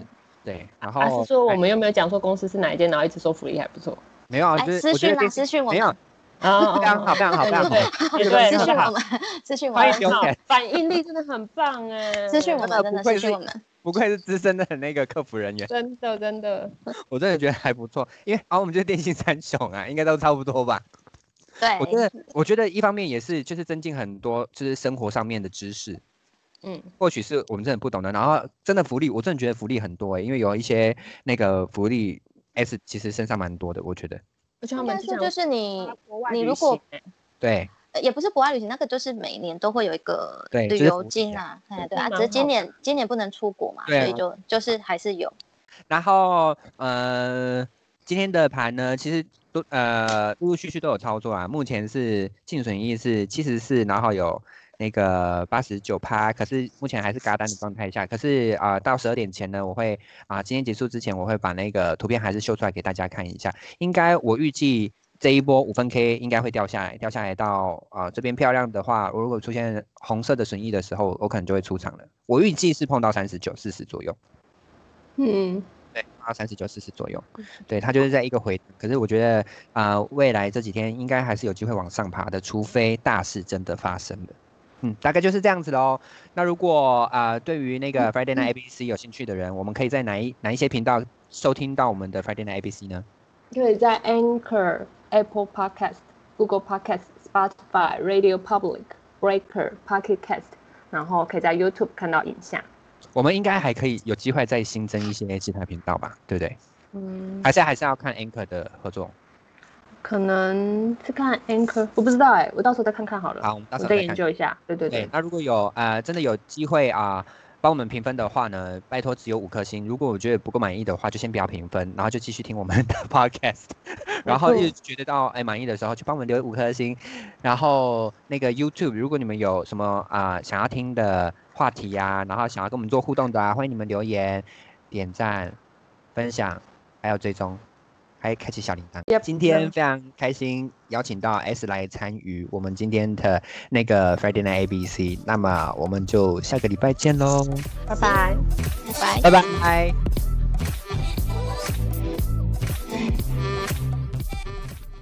Speaker 1: 对，然
Speaker 2: 还
Speaker 1: 后
Speaker 2: 啊是说我
Speaker 1: 哎
Speaker 2: 们又没有讲说公司是哪一间，然后一直说福利还不错
Speaker 1: 没有啊，
Speaker 3: 来
Speaker 1: 就是
Speaker 3: 私
Speaker 1: 我觉
Speaker 3: 讯
Speaker 1: 得
Speaker 3: 啦，
Speaker 1: 这
Speaker 3: 私讯我
Speaker 1: 没有
Speaker 3: 们，
Speaker 2: 啊啊
Speaker 1: 非常好，非常好，非常好。
Speaker 2: 对，
Speaker 1: 对
Speaker 2: 也对，
Speaker 3: 私
Speaker 1: 非
Speaker 3: 讯
Speaker 1: 常
Speaker 3: 我
Speaker 1: 好
Speaker 3: 们，私讯我
Speaker 1: 欢迎
Speaker 3: 们，
Speaker 1: 留言，
Speaker 2: 反应力真的很棒哎，
Speaker 3: 私讯我
Speaker 1: 真的
Speaker 3: 们，真的
Speaker 1: 不愧是
Speaker 3: 私讯我们。
Speaker 1: 不愧是资深的那个客服人员，
Speaker 2: 真的真的，
Speaker 1: 我真的觉得还不错。因为好，我们就是电信三雄啊，应该都差不多吧。
Speaker 3: 对，
Speaker 1: 我觉得，我觉得一方面也是，就是增进很多就是生活上面的知识，
Speaker 2: 嗯，
Speaker 1: 或许是我们真的不懂的。然后真的福利，我真的觉得福利很多诶、欸因为有一些那个福利 S 其实身上蛮多的，我觉得。
Speaker 2: 而且他
Speaker 3: 应
Speaker 2: 们
Speaker 3: 该
Speaker 2: 是
Speaker 3: 说
Speaker 2: 讲
Speaker 3: 就是你，
Speaker 2: 国外
Speaker 3: 你
Speaker 2: 旅
Speaker 3: 如果
Speaker 2: 行哎
Speaker 1: 对，
Speaker 3: 呃也不是国外旅行，那个就是每年都会有一个
Speaker 1: 对
Speaker 3: 旅
Speaker 1: 就是
Speaker 3: 游
Speaker 1: 福利
Speaker 3: 金啊，哎对啊，
Speaker 2: 嗯
Speaker 3: 只
Speaker 2: 蛮好
Speaker 3: 是今年今年不能出国嘛，所
Speaker 1: 对啊
Speaker 3: 以就就是还是有。
Speaker 1: 然后呃，今天的盘呢，其实都呃陆陆续续都有操作啊。目前是净损益是七十四，然后有那个八十九趴，可是目前还是嘎单的状态下。可是啊、呃到十二点前呢，我会啊、今天结束之前，我会把那个图片还是秀出来给大家看一下。应该我预计。这一波五分 K 应该会掉下来，掉下来到啊、呃这边漂亮的话，我如果出现红色的损益的时候，我可能就会出场了。我预计是碰到三十九、四十左右。
Speaker 7: 嗯，
Speaker 1: 对，到三十九、四十左右，
Speaker 2: 嗯
Speaker 1: 对，它就是在一个回。可是我觉得啊、呃未来这几天应该还是有机会往上爬的，除非大事真的发生了。嗯，大概就是这样子喽。那如果啊、呃对于那
Speaker 2: 嗯
Speaker 1: 个 Friday Night ABC 有兴趣的人，我们可以在哪一哪一些频道收听到我们的 Friday Night ABC 呢？
Speaker 2: 可以在 Anchor、Apple Podcast、Google Podcast、Spotify、Radio Public、Breaker、Pocket Cast，然后可以在 YouTube 看到影像。
Speaker 1: 我们应该还可以有机会再新增一些其他频道吧，对不对？
Speaker 2: 嗯，
Speaker 1: 还是还是要看 Anchor 的合作。
Speaker 2: 可能是看 Anchor，我不知道哎、我到时候再看看好了。
Speaker 1: 好，我们到
Speaker 2: 我
Speaker 1: 时候
Speaker 2: 再
Speaker 1: 再
Speaker 2: 研
Speaker 1: 看。
Speaker 2: 究一下。对对
Speaker 1: 对
Speaker 2: 对，，
Speaker 1: 那如果有呃真的有机会啊、帮我们评分的话呢，拜托只有五颗星。如果我觉得不够满意的话，就先不要评分，然后就继续听我们的 *laughs* podcast，然后一直觉得到哎满意的时候，就帮我们留五颗星。然后那个 YouTube，如果你们有什么啊、想要听的话题呀、然后想要跟我们做互动的啊，欢迎你们留言、点赞、分享，还有追踪。还开启小铃铛。
Speaker 2: Yep，
Speaker 1: 今天非常开心，邀请到 S 来参与我们今天的那个 Friday Night ABC。那么我们就下个礼拜见喽，
Speaker 2: 拜
Speaker 3: 拜拜。
Speaker 1: 拜拜。